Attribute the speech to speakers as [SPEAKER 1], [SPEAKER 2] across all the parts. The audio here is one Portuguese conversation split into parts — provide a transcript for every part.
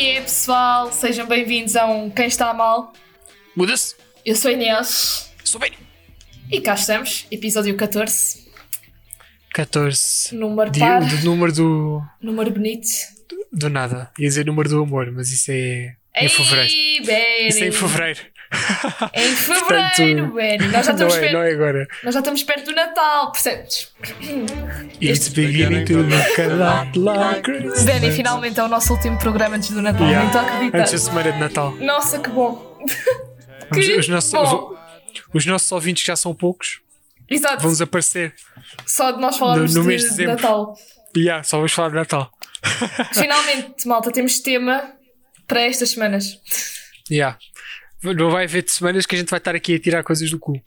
[SPEAKER 1] é pessoal, sejam bem-vindos a um Quem Está Mal.
[SPEAKER 2] Muda-se.
[SPEAKER 1] Eu sou a Inês
[SPEAKER 2] Sou bem.
[SPEAKER 1] e cá estamos, episódio 14,
[SPEAKER 2] 14.
[SPEAKER 1] número
[SPEAKER 2] Dia,
[SPEAKER 1] par,
[SPEAKER 2] do número do,
[SPEAKER 1] número bonito.
[SPEAKER 2] do nada. Ia dizer número do amor, mas isso é em fevereiro.
[SPEAKER 1] Ei, Benny!
[SPEAKER 2] Isso é em fevereiro.
[SPEAKER 1] É em fevereiro,
[SPEAKER 2] Portanto,
[SPEAKER 1] Benny! Nós já,
[SPEAKER 2] não,
[SPEAKER 1] estamos
[SPEAKER 2] é,
[SPEAKER 1] perto,
[SPEAKER 2] não é agora.
[SPEAKER 1] nós já estamos perto do Natal, percebes?
[SPEAKER 2] It's beginning to look a lot like Christmas.
[SPEAKER 1] Benny, finalmente é o nosso último programa antes do Natal,
[SPEAKER 2] Yeah.
[SPEAKER 1] nem estou a acreditar.
[SPEAKER 2] Antes da semana de Natal.
[SPEAKER 1] Nossa, que bom!
[SPEAKER 2] Os,
[SPEAKER 1] Que
[SPEAKER 2] os nossos,
[SPEAKER 1] bom.
[SPEAKER 2] os- os nossos ouvintes já são poucos.
[SPEAKER 1] Exato,
[SPEAKER 2] Vão desaparecer.
[SPEAKER 1] só de nós falarmos
[SPEAKER 2] no- no
[SPEAKER 1] de-
[SPEAKER 2] mês de
[SPEAKER 1] de,
[SPEAKER 2] dezembro.
[SPEAKER 1] Natal.
[SPEAKER 2] Yeah, só vamos falar de Natal.
[SPEAKER 1] Finalmente, malta, temos tema para estas semanas.
[SPEAKER 2] Yeah. Não vai haver de semanas que a gente vai estar aqui a tirar coisas do cu.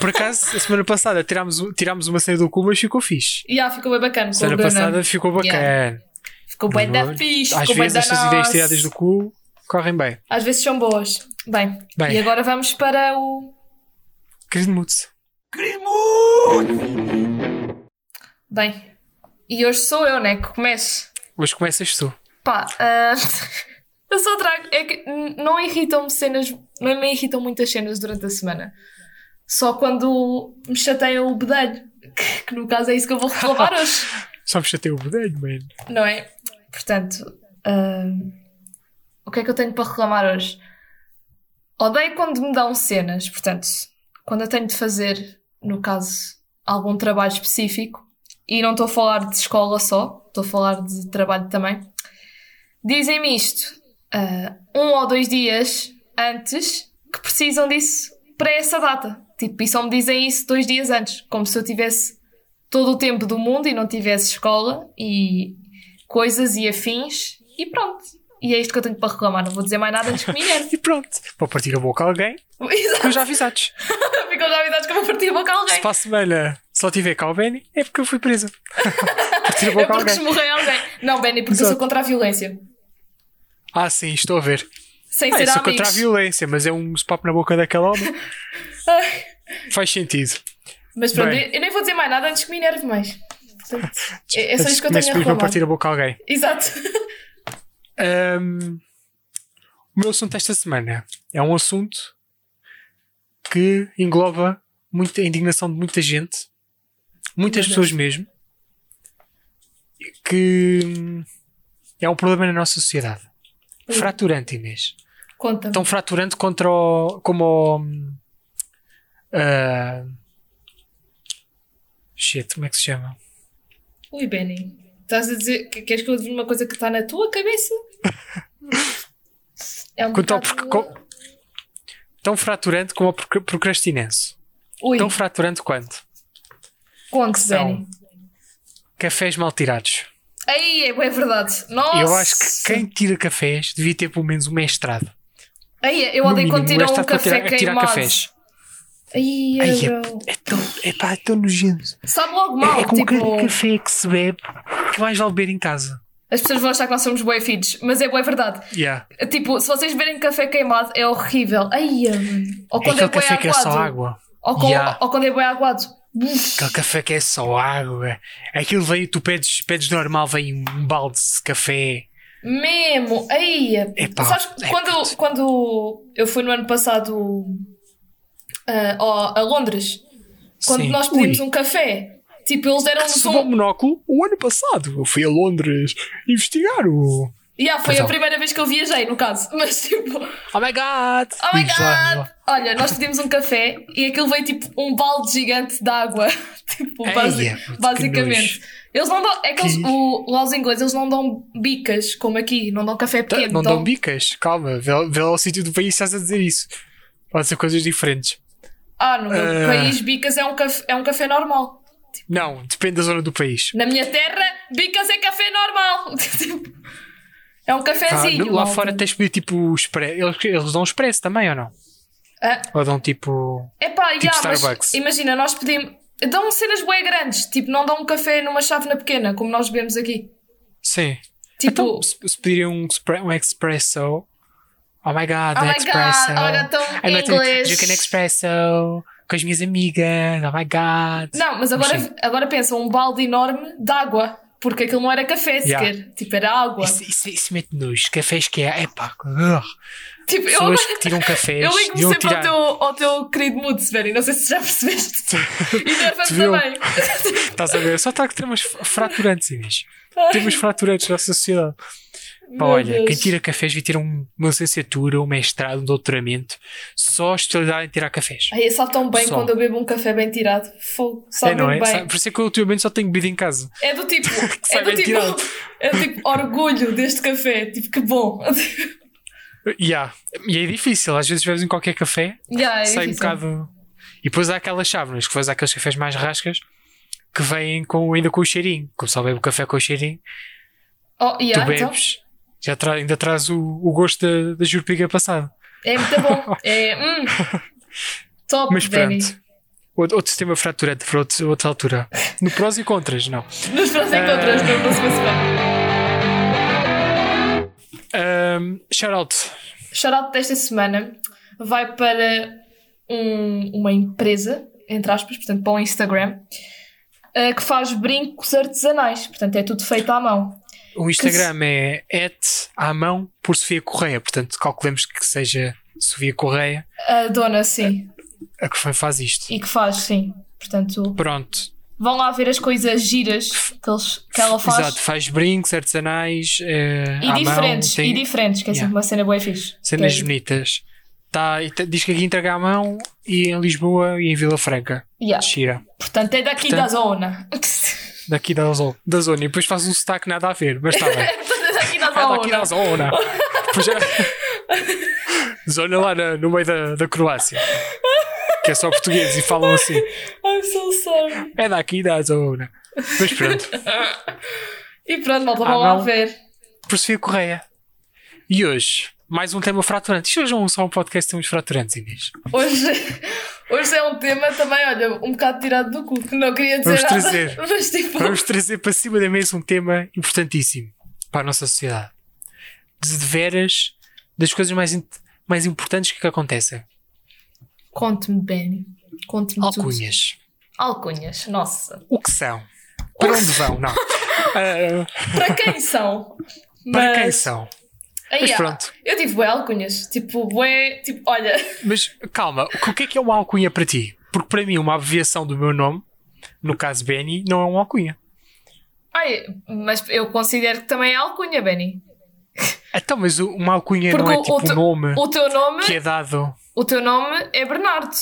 [SPEAKER 2] Por acaso, a semana passada tirámos, tirámos uma cena do cu, mas ficou fixe.
[SPEAKER 1] E ah, ficou bem bacana. com o
[SPEAKER 2] Semana
[SPEAKER 1] Bruno.
[SPEAKER 2] passada ficou bacana.
[SPEAKER 1] Ficou bem da
[SPEAKER 2] Não,
[SPEAKER 1] fixe,
[SPEAKER 2] Uhum. Às
[SPEAKER 1] ficou bem
[SPEAKER 2] vezes
[SPEAKER 1] da
[SPEAKER 2] estas ideias tiradas
[SPEAKER 1] nossa.
[SPEAKER 2] do cu correm bem.
[SPEAKER 1] Às vezes são boas. Bem,
[SPEAKER 2] Bem.
[SPEAKER 1] e agora vamos para o...
[SPEAKER 2] Querido Mutz.
[SPEAKER 1] Bem, e hoje sou eu, né, que começo.
[SPEAKER 2] Hoje começas tu.
[SPEAKER 1] Pá, ah, eu só trago... É que n- não irritam-me cenas... Não me irritam muitas cenas durante a semana. Só quando me chateiam o bedelho. Que, que no caso é isso que eu vou reclamar hoje.
[SPEAKER 2] Só me chatei o bodelho, mano.
[SPEAKER 1] Não é? Portanto, hum, o que é que eu tenho para reclamar hoje? Odeio quando me dão cenas, portanto, quando eu tenho de fazer, no caso, algum trabalho específico, e não estou a falar de escola só, estou a falar de trabalho também, dizem-me isto ah, um ou dois dias antes que precisam disso para essa data. Tipo, e só me dizem isso dois dias antes, como se eu tivesse todo o tempo do mundo e não tivesse escola e coisas e afins e pronto. E é isto que eu tenho para reclamar, não vou dizer mais nada antes que me enerve.
[SPEAKER 2] E pronto. Vou partir a boca a alguém
[SPEAKER 1] Exato,
[SPEAKER 2] com já avisados.
[SPEAKER 1] ficam já avisados que eu vou partir a boca a
[SPEAKER 2] Se
[SPEAKER 1] alguém.
[SPEAKER 2] para a semana só tiver cá o Benny, é porque eu fui presa. partir
[SPEAKER 1] É
[SPEAKER 2] a boca a
[SPEAKER 1] porque se
[SPEAKER 2] alguém.
[SPEAKER 1] morrer alguém. Não, Benny, porque eu sou
[SPEAKER 2] Exato.
[SPEAKER 1] contra a violência.
[SPEAKER 2] Ah, sim, estou a ver.
[SPEAKER 1] Sem
[SPEAKER 2] Ah,
[SPEAKER 1] ser
[SPEAKER 2] isso é
[SPEAKER 1] amigos.
[SPEAKER 2] contra a violência, mas é um papo na boca daquela homem.
[SPEAKER 1] Ai,
[SPEAKER 2] Faz sentido.
[SPEAKER 1] Mas pronto,
[SPEAKER 2] Bem.
[SPEAKER 1] eu eu nem vou dizer mais nada antes que me enerve mais. Portanto, é, é só
[SPEAKER 2] Antes
[SPEAKER 1] isto que eu tenho
[SPEAKER 2] comece
[SPEAKER 1] a
[SPEAKER 2] mesmo
[SPEAKER 1] reclamar.
[SPEAKER 2] partir a boca a alguém.
[SPEAKER 1] Exato.
[SPEAKER 2] Um, o meu assunto esta semana é um assunto que engloba muita indignação de muita gente, muitas
[SPEAKER 1] Meu
[SPEAKER 2] pessoas mesmo, e que hum, é um problema na nossa sociedade. Fraturante, Inês.
[SPEAKER 1] Conta-me.
[SPEAKER 2] Tão fraturante contra o, como o. hum, ah, shit, como é que se chama?
[SPEAKER 1] Ui, Benny. Estás a dizer que queres que eu adivinhe uma coisa que está na tua cabeça? É um
[SPEAKER 2] Quanto ao
[SPEAKER 1] bocado-
[SPEAKER 2] proc- co- Tão fraturante como o proc- procrastinense.
[SPEAKER 1] Ui,
[SPEAKER 2] Tão fraturante quanto?
[SPEAKER 1] conte,
[SPEAKER 2] são-
[SPEAKER 1] Benny.
[SPEAKER 2] Cafés mal tirados.
[SPEAKER 1] Aí, é, é verdade. Nossa.
[SPEAKER 2] Eu acho que quem tira cafés devia ter pelo menos um mestrado.
[SPEAKER 1] Aí, eu
[SPEAKER 2] No
[SPEAKER 1] odeio quando
[SPEAKER 2] mínimo,
[SPEAKER 1] tiram um
[SPEAKER 2] mestrado para
[SPEAKER 1] café
[SPEAKER 2] tirar- tirar
[SPEAKER 1] queimado.
[SPEAKER 2] cafés.
[SPEAKER 1] Aí,
[SPEAKER 2] Ai,
[SPEAKER 1] bro.
[SPEAKER 2] é, é tão, é, pá, é tão nojento.
[SPEAKER 1] Sabe logo mal,
[SPEAKER 2] É, é com
[SPEAKER 1] tipo...
[SPEAKER 2] cada café que se bebe que mais vale beber em casa.
[SPEAKER 1] As pessoas vão achar que nós somos bué feeds, mas é bué verdade.
[SPEAKER 2] Yeah.
[SPEAKER 1] Tipo, se vocês verem café queimado, é horrível. Ai, hum. ou
[SPEAKER 2] É
[SPEAKER 1] quando é,
[SPEAKER 2] aquele
[SPEAKER 1] bué
[SPEAKER 2] café que é só
[SPEAKER 1] aguado.
[SPEAKER 2] água.
[SPEAKER 1] Ou, com-
[SPEAKER 2] Yeah.
[SPEAKER 1] ou quando é bué aguado.
[SPEAKER 2] Aquele café que é só água. Aquilo vem, tu pedes, pedes normal, vem um balde de café.
[SPEAKER 1] Mesmo. Aí.
[SPEAKER 2] Epá,
[SPEAKER 1] Sabes,
[SPEAKER 2] é
[SPEAKER 1] quando,
[SPEAKER 2] puto.
[SPEAKER 1] quando eu fui no ano passado ah, ao- a Londres, quando
[SPEAKER 2] Sim.
[SPEAKER 1] nós pedimos
[SPEAKER 2] Ui,
[SPEAKER 1] um café, tipo, eles deram-nos
[SPEAKER 2] Se for
[SPEAKER 1] um...
[SPEAKER 2] monóculo, o ano passado eu fui a Londres investigar o.
[SPEAKER 1] Yeah, foi
[SPEAKER 2] Pois
[SPEAKER 1] a
[SPEAKER 2] é.
[SPEAKER 1] primeira vez que eu viajei, no caso. Mas tipo, oh
[SPEAKER 2] Oh my god!
[SPEAKER 1] my
[SPEAKER 2] Diz lá, diz
[SPEAKER 1] god!
[SPEAKER 2] lá.
[SPEAKER 1] Olha, nós pedimos um café e aquilo veio tipo um balde gigante de água. tipo,
[SPEAKER 2] Eia,
[SPEAKER 1] basi-
[SPEAKER 2] puto, é, que
[SPEAKER 1] basicamente. Eles não dão. É que eles,
[SPEAKER 2] Que-
[SPEAKER 1] o, lá os ingleses eles não dão bicas, como aqui, não dão café
[SPEAKER 2] Tá,
[SPEAKER 1] pequeno. Então,
[SPEAKER 2] não
[SPEAKER 1] dão,
[SPEAKER 2] dão bicas, calma, vê, vê lá o sítio do país, estás a dizer isso. Pode ser coisas diferentes.
[SPEAKER 1] Ah, no meu
[SPEAKER 2] Ah.
[SPEAKER 1] país, bicas é um, café, é um café normal.
[SPEAKER 2] Não, depende da zona do país.
[SPEAKER 1] Na minha terra, bicas é café normal. Tipo, é um
[SPEAKER 2] Ah,
[SPEAKER 1] cafezinho.
[SPEAKER 2] lá
[SPEAKER 1] malta.
[SPEAKER 2] fora tens de pedir tipo expresso. Eles, eles dão expresso também ou não?
[SPEAKER 1] Ah,
[SPEAKER 2] Ou dão tipo.
[SPEAKER 1] Epá,
[SPEAKER 2] Tipo
[SPEAKER 1] já, mas
[SPEAKER 2] Starbucks.
[SPEAKER 1] imagina, nós pedimos. Dão cenas bué grandes, tipo, não dão um café numa chávena pequena, como nós bebemos aqui.
[SPEAKER 2] Sim.
[SPEAKER 1] Tipo,
[SPEAKER 2] Então, se, se pedirem um, expre- um expresso. Oh my god,
[SPEAKER 1] Oh
[SPEAKER 2] um
[SPEAKER 1] my God,
[SPEAKER 2] expresso.
[SPEAKER 1] oh my God, tão
[SPEAKER 2] I'm gonna take-
[SPEAKER 1] English.
[SPEAKER 2] um drink an expresso com as minhas amigas. Oh my god.
[SPEAKER 1] não, mas agora,
[SPEAKER 2] Sim.
[SPEAKER 1] agora pensa, um balde enorme de água. Porque aquilo não era café
[SPEAKER 2] Yeah.
[SPEAKER 1] sequer. Tipo, era água.
[SPEAKER 2] Isso, isso, isso mete nojo. Cafés que é. Epá. urgh.
[SPEAKER 1] tipo, eu,
[SPEAKER 2] Pessoas que tiram cafés.
[SPEAKER 1] eu ligo-me
[SPEAKER 2] deviam
[SPEAKER 1] sempre ao,
[SPEAKER 2] tirar.
[SPEAKER 1] teu, ao teu querido mood, Severi. Não sei se já percebeste. E nerva-me
[SPEAKER 2] Deviam.
[SPEAKER 1] também.
[SPEAKER 2] Estás a ver? Eu Só trago temas fraturantes, Inês. Temas fraturantes da nossa sociedade. Pá,
[SPEAKER 1] Meu
[SPEAKER 2] olha, quem
[SPEAKER 1] Deus.
[SPEAKER 2] tira cafés devia ter um- uma licenciatura, um mestrado, um doutoramento. Só especialidade em tirar cafés.
[SPEAKER 1] Ai, sabe tão bem
[SPEAKER 2] Só.
[SPEAKER 1] quando eu bebo um café bem tirado. Fogo,
[SPEAKER 2] É,
[SPEAKER 1] sabe
[SPEAKER 2] não é?
[SPEAKER 1] muito bem.
[SPEAKER 2] Sabe- Por isso é que eu ultimamente só tenho bebida em casa.
[SPEAKER 1] É do tipo, é
[SPEAKER 2] Sabe
[SPEAKER 1] do
[SPEAKER 2] bem
[SPEAKER 1] tipo,
[SPEAKER 2] tirado.
[SPEAKER 1] é do tipo orgulho deste café. Tipo, que bom.
[SPEAKER 2] Yeah. E é difícil, às vezes bebes em qualquer café,
[SPEAKER 1] yeah, é
[SPEAKER 2] sai um
[SPEAKER 1] difícil.
[SPEAKER 2] bocado. E depois há aquelas chávenas que faz aqueles cafés mais rascas que vêm com, ainda com o cheirinho. Como só bebe o café com o cheirinho,
[SPEAKER 1] Oh, yeah,
[SPEAKER 2] tu
[SPEAKER 1] então,
[SPEAKER 2] bebes, já tra- ainda traz o, o gosto da, da jurupiga passada.
[SPEAKER 1] é muito bom. É, hum, top,
[SPEAKER 2] Mas
[SPEAKER 1] Oh, Benny.
[SPEAKER 2] pronto. Outro, outro tema fraturante para outro- outra altura. No prós e contras, não.
[SPEAKER 1] Nos prós e contras
[SPEAKER 2] Eh,
[SPEAKER 1] da próxima semana.
[SPEAKER 2] Ahm, shout out.
[SPEAKER 1] Shoutout desta semana vai para um- uma empresa, entre aspas, portanto, para o Instagram, eh, que faz brincos artesanais. Portanto, é tudo feito à mão.
[SPEAKER 2] O Instagram é at à mão por Sofia Correia. Portanto, calculemos que seja Sofia Correia
[SPEAKER 1] A dona, sim.
[SPEAKER 2] a que fa- faz isto.
[SPEAKER 1] E que faz, sim. Portanto,
[SPEAKER 2] Pronto.
[SPEAKER 1] vão lá ver as coisas giras que, eles- que ela faz.
[SPEAKER 2] Exato, faz brincos artesanais eh,
[SPEAKER 1] E
[SPEAKER 2] à
[SPEAKER 1] diferentes,
[SPEAKER 2] mão, tem
[SPEAKER 1] e diferentes, que é
[SPEAKER 2] Yeah.
[SPEAKER 1] sempre uma cena boa e fixe.
[SPEAKER 2] cenas
[SPEAKER 1] Que é-
[SPEAKER 2] bonitas. Tá, e te- diz que aqui entrega à mão e em Lisboa e em Vila Franca.
[SPEAKER 1] Yeah.
[SPEAKER 2] Gira.
[SPEAKER 1] Portanto, é daqui
[SPEAKER 2] Portanto-
[SPEAKER 1] da zona.
[SPEAKER 2] Daqui da, zo- da zona. E depois faz um sotaque nada a ver, mas está bem. É
[SPEAKER 1] daqui da
[SPEAKER 2] daqui da
[SPEAKER 1] zona.
[SPEAKER 2] zona. Pois é. zona lá na- no meio da, da Croácia. Que é só portugueses e falam assim.
[SPEAKER 1] I'm so sorry.
[SPEAKER 2] É daqui da zona. Mas pronto.
[SPEAKER 1] E pronto, malta,
[SPEAKER 2] Ah,
[SPEAKER 1] vão lá
[SPEAKER 2] não.
[SPEAKER 1] ver.
[SPEAKER 2] por Sofia Correia. E hoje, mais um tema fraturante. Isto hoje não é só um podcast de temas fraturantes, Inês.
[SPEAKER 1] Hoje, hoje é um tema também, olha, um bocado tirado do cu. que Não queria dizer
[SPEAKER 2] Vamos
[SPEAKER 1] nada.
[SPEAKER 2] trazer.
[SPEAKER 1] Mas tipo,
[SPEAKER 2] Vamos trazer para cima da mesa um tema importantíssimo para a nossa sociedade. De veras, das coisas mais, in- mais importantes que, que acontecem.
[SPEAKER 1] conte-me, Benny. Conte-me tudo.
[SPEAKER 2] Alcunhas.
[SPEAKER 1] Alcunhas, nossa.
[SPEAKER 2] O que são? Para onde vão? Não. Ah,
[SPEAKER 1] Para quem são?
[SPEAKER 2] para quem
[SPEAKER 1] Mas-
[SPEAKER 2] são?
[SPEAKER 1] Ah,
[SPEAKER 2] Mas
[SPEAKER 1] yeah.
[SPEAKER 2] pronto.
[SPEAKER 1] Eu tive bué alcunhas. Tipo, bué, tipo, olha,
[SPEAKER 2] Mas calma, o que é que é uma alcunha para ti? Porque para mim, uma abreviação do meu nome, no caso Benny, não é uma alcunha.
[SPEAKER 1] Ai, mas eu considero que também é alcunha, Benny.
[SPEAKER 2] Então, mas o- uma alcunha
[SPEAKER 1] Porque
[SPEAKER 2] não é
[SPEAKER 1] o- o
[SPEAKER 2] tipo um
[SPEAKER 1] te-
[SPEAKER 2] nome
[SPEAKER 1] O teu nome,
[SPEAKER 2] que é dado.
[SPEAKER 1] o teu nome é Bernardo.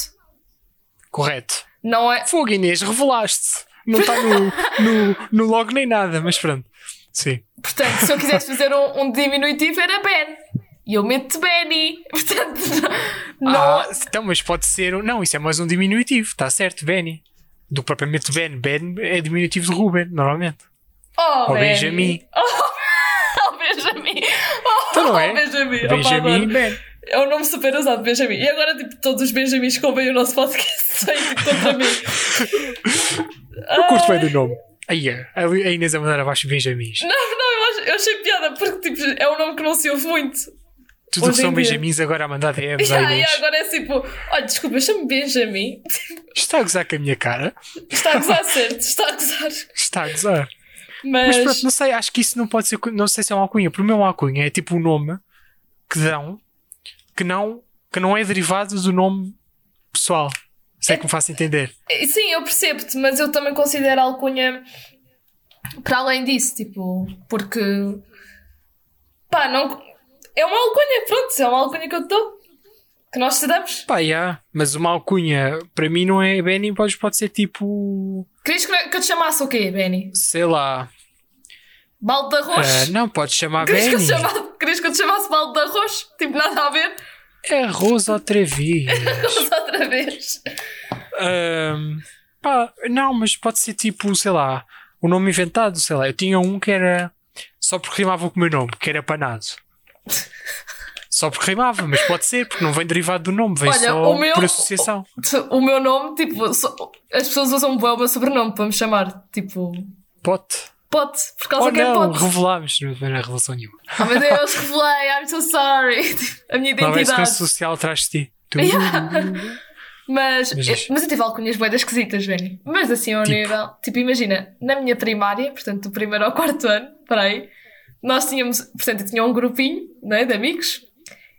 [SPEAKER 2] Correto.
[SPEAKER 1] Não é?
[SPEAKER 2] Fogo, Inês, revelaste-se. Não está no, no, no logo nem nada, mas pronto. Sim.
[SPEAKER 1] Portanto, se eu quisesse fazer um, um diminutivo era Ben. E eu meto Benny. Portanto, não. é-
[SPEAKER 2] Ah, então, mas pode ser. um- Não, isso é mais um diminutivo, está certo, Benny. Do propriamente Ben. Ben é diminutivo de Ruben, normalmente.
[SPEAKER 1] oh,
[SPEAKER 2] ou
[SPEAKER 1] Benny.
[SPEAKER 2] Benjamin.
[SPEAKER 1] Oh, oh, Benjamin. Oh,
[SPEAKER 2] Então não é?
[SPEAKER 1] oh, Benjamin. Opa,
[SPEAKER 2] Benjamin,
[SPEAKER 1] adoro.
[SPEAKER 2] Ben.
[SPEAKER 1] é um nome super usado, Benjamin. E agora, tipo, todos os Benjamins que ouvem o nosso podcast são tipo, contra mim. Ah,
[SPEAKER 2] Eu curto bem do nome. Aí, é, a a Inês a mandar abaixo Benjamins.
[SPEAKER 1] Não, não, eu, acho- eu achei piada porque tipo, é um nome que não se ouve muito.
[SPEAKER 2] Tudo o que
[SPEAKER 1] hoje
[SPEAKER 2] são
[SPEAKER 1] em dia.
[SPEAKER 2] Benjamins agora a mandar DMs à
[SPEAKER 1] é, Já, e
[SPEAKER 2] Inês.
[SPEAKER 1] agora é tipo, olha, desculpa, chama-me Benjamin.
[SPEAKER 2] Está a gozar com a minha cara.
[SPEAKER 1] Está a gozar, certo? Está a gozar.
[SPEAKER 2] Está a gozar. Mas
[SPEAKER 1] Mas,
[SPEAKER 2] pronto, não sei, acho que isso não pode ser. co- Não sei se é uma alcunha. Para mim, é uma alcunha é tipo um nome que dão que não, que não é derivado do nome pessoal. Se é que me faço entender.
[SPEAKER 1] sim, eu percebo-te, mas eu também considero a alcunha para além disso, tipo, porque pá, não é uma alcunha, pronto, é uma alcunha que eu te dou, que nós te damos.
[SPEAKER 2] Pá, yeah, mas uma alcunha para mim não é Benny, pode, pode ser tipo.
[SPEAKER 1] Querias que que eu te chamasse o quê, Benny?
[SPEAKER 2] Sei lá.
[SPEAKER 1] Balde de arroz?
[SPEAKER 2] ah, não, pode chamar
[SPEAKER 1] Querias, que eu te
[SPEAKER 2] Benny.
[SPEAKER 1] chamasse, querias que eu te chamasse balde de arroz? Tipo, nada a ver?
[SPEAKER 2] É Rosa outra vez.
[SPEAKER 1] Mas outra vez.
[SPEAKER 2] Ahm, pá, não, mas pode ser tipo, sei lá, o nome inventado, sei lá. Eu tinha um que era só porque rimava com o meu nome, que era Panado. Só porque rimava, mas pode ser, porque não vem derivado do nome, vem
[SPEAKER 1] Olha,
[SPEAKER 2] só
[SPEAKER 1] o meu-
[SPEAKER 2] por associação.
[SPEAKER 1] O meu nome, tipo, só- as pessoas usam bué o meu sobrenome para me chamar. Tipo,
[SPEAKER 2] Pote.
[SPEAKER 1] Pote, por causa
[SPEAKER 2] Oh
[SPEAKER 1] que é
[SPEAKER 2] não,
[SPEAKER 1] Pote.
[SPEAKER 2] revelámos, não era revelação nenhuma.
[SPEAKER 1] Oh meu Deus, revelei, I'm so sorry. Tipo, A minha
[SPEAKER 2] Não é
[SPEAKER 1] identidade.
[SPEAKER 2] social atrás de ti. Tu-
[SPEAKER 1] Yeah. Mas,
[SPEAKER 2] Mas
[SPEAKER 1] eu,
[SPEAKER 2] diz.
[SPEAKER 1] mas eu tive alcunhas boedas esquisitas, Benny. Mas assim, ao
[SPEAKER 2] Tipo?
[SPEAKER 1] nível. Tipo, imagina, na minha primária, portanto, do primeiro ao quarto ano, peraí, nós tínhamos. Portanto, eu tinha um grupinho, né, de amigos,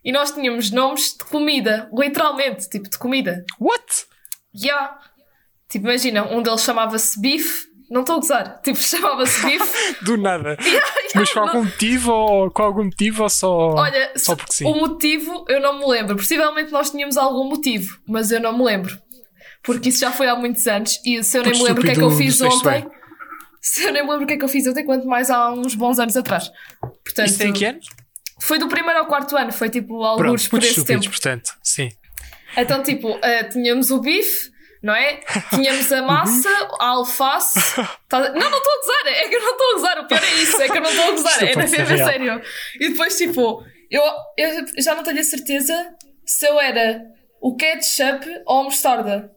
[SPEAKER 1] e nós tínhamos nomes de comida, literalmente, tipo, de comida.
[SPEAKER 2] What?
[SPEAKER 1] Yeah. Tipo, imagina, um deles chamava-se bife, não estou a gozar, tipo, chamava-se bife.
[SPEAKER 2] Do nada. Mas com algum motivo ou com algum motivo ou só,
[SPEAKER 1] Olha,
[SPEAKER 2] Oh, só
[SPEAKER 1] se-
[SPEAKER 2] porque sim?
[SPEAKER 1] o motivo eu não me lembro. Possivelmente nós tínhamos algum motivo, mas eu não me lembro. Porque isso já foi há muitos anos e se eu nem
[SPEAKER 2] Porque
[SPEAKER 1] me lembro o que é que eu
[SPEAKER 2] estúpido
[SPEAKER 1] fiz
[SPEAKER 2] do sexto
[SPEAKER 1] ontem.
[SPEAKER 2] ano.
[SPEAKER 1] Se eu nem me lembro o que é que eu fiz ontem, quanto mais há uns bons anos atrás. Portanto,
[SPEAKER 2] Isso tem que é? ano?
[SPEAKER 1] foi do primeiro ao quarto ano, foi tipo alguns
[SPEAKER 2] Pronto,
[SPEAKER 1] por
[SPEAKER 2] muitos
[SPEAKER 1] esse tempo.
[SPEAKER 2] estúpidos, portanto. Sim.
[SPEAKER 1] Então, tipo, eh, tínhamos o bife, não é? Tínhamos a massa, a alface. Tá- Não, não estou a gozar, é que eu não estou a gozar, o pior é isso, é que eu não estou a gozar,
[SPEAKER 2] Isto
[SPEAKER 1] é na
[SPEAKER 2] pode ser
[SPEAKER 1] mesma
[SPEAKER 2] real.
[SPEAKER 1] sério. E depois, tipo, eu, eu já não tenho a certeza se eu era o ketchup ou a mostarda.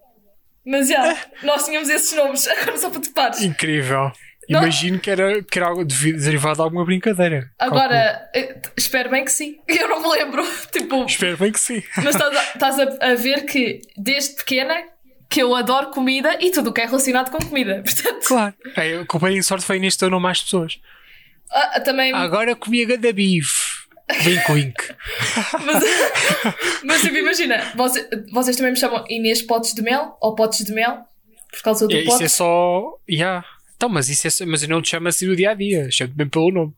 [SPEAKER 1] Mas já, nós tínhamos esses nomes, agora só para topares.
[SPEAKER 2] Incrível.
[SPEAKER 1] Não.
[SPEAKER 2] Imagino que era, que era algo devi- derivado de alguma brincadeira. Calculo.
[SPEAKER 1] Agora, eh, espero bem que sim, eu não me lembro, tipo,
[SPEAKER 2] Espero bem que sim.
[SPEAKER 1] Mas estás, a, estás a- a ver que desde pequena que eu adoro comida e tudo o que é relacionado com comida. Portanto,
[SPEAKER 2] Claro. É, eu comparei em sorte foi neste ou não mais pessoas.
[SPEAKER 1] ah, ah, também.
[SPEAKER 2] Agora comia ganda bife. Wink wink.
[SPEAKER 1] Mas, mas tipo, imagina, você- vocês também me chamam Inês Potes de Mel ou Potes de Mel por causa do
[SPEAKER 2] É, isso
[SPEAKER 1] pote.
[SPEAKER 2] é só. Yeah. Então, mas, isso é só- mas eu não te chamo assim no dia a dia, chamo-te mesmo pelo nome.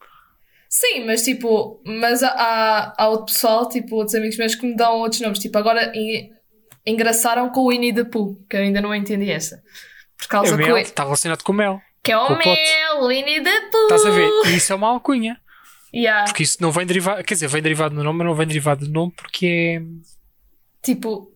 [SPEAKER 1] Sim, mas tipo, mas há- há, há outro pessoal, tipo, outros amigos meus que me dão outros nomes. Tipo, agora en- engraçaram com o Winnie the Pooh, que eu ainda não entendi essa. Por
[SPEAKER 2] É
[SPEAKER 1] causa que,
[SPEAKER 2] mel,
[SPEAKER 1] o-
[SPEAKER 2] está relacionado com mel.
[SPEAKER 1] que é o
[SPEAKER 2] com o pote.
[SPEAKER 1] mel, Winnie the Pooh.
[SPEAKER 2] Estás a ver? E isso é uma alcunha.
[SPEAKER 1] Yeah.
[SPEAKER 2] Porque isso não vem derivado. Quer dizer, vem derivado do nome, mas não vem derivado do nome porque é.
[SPEAKER 1] Tipo,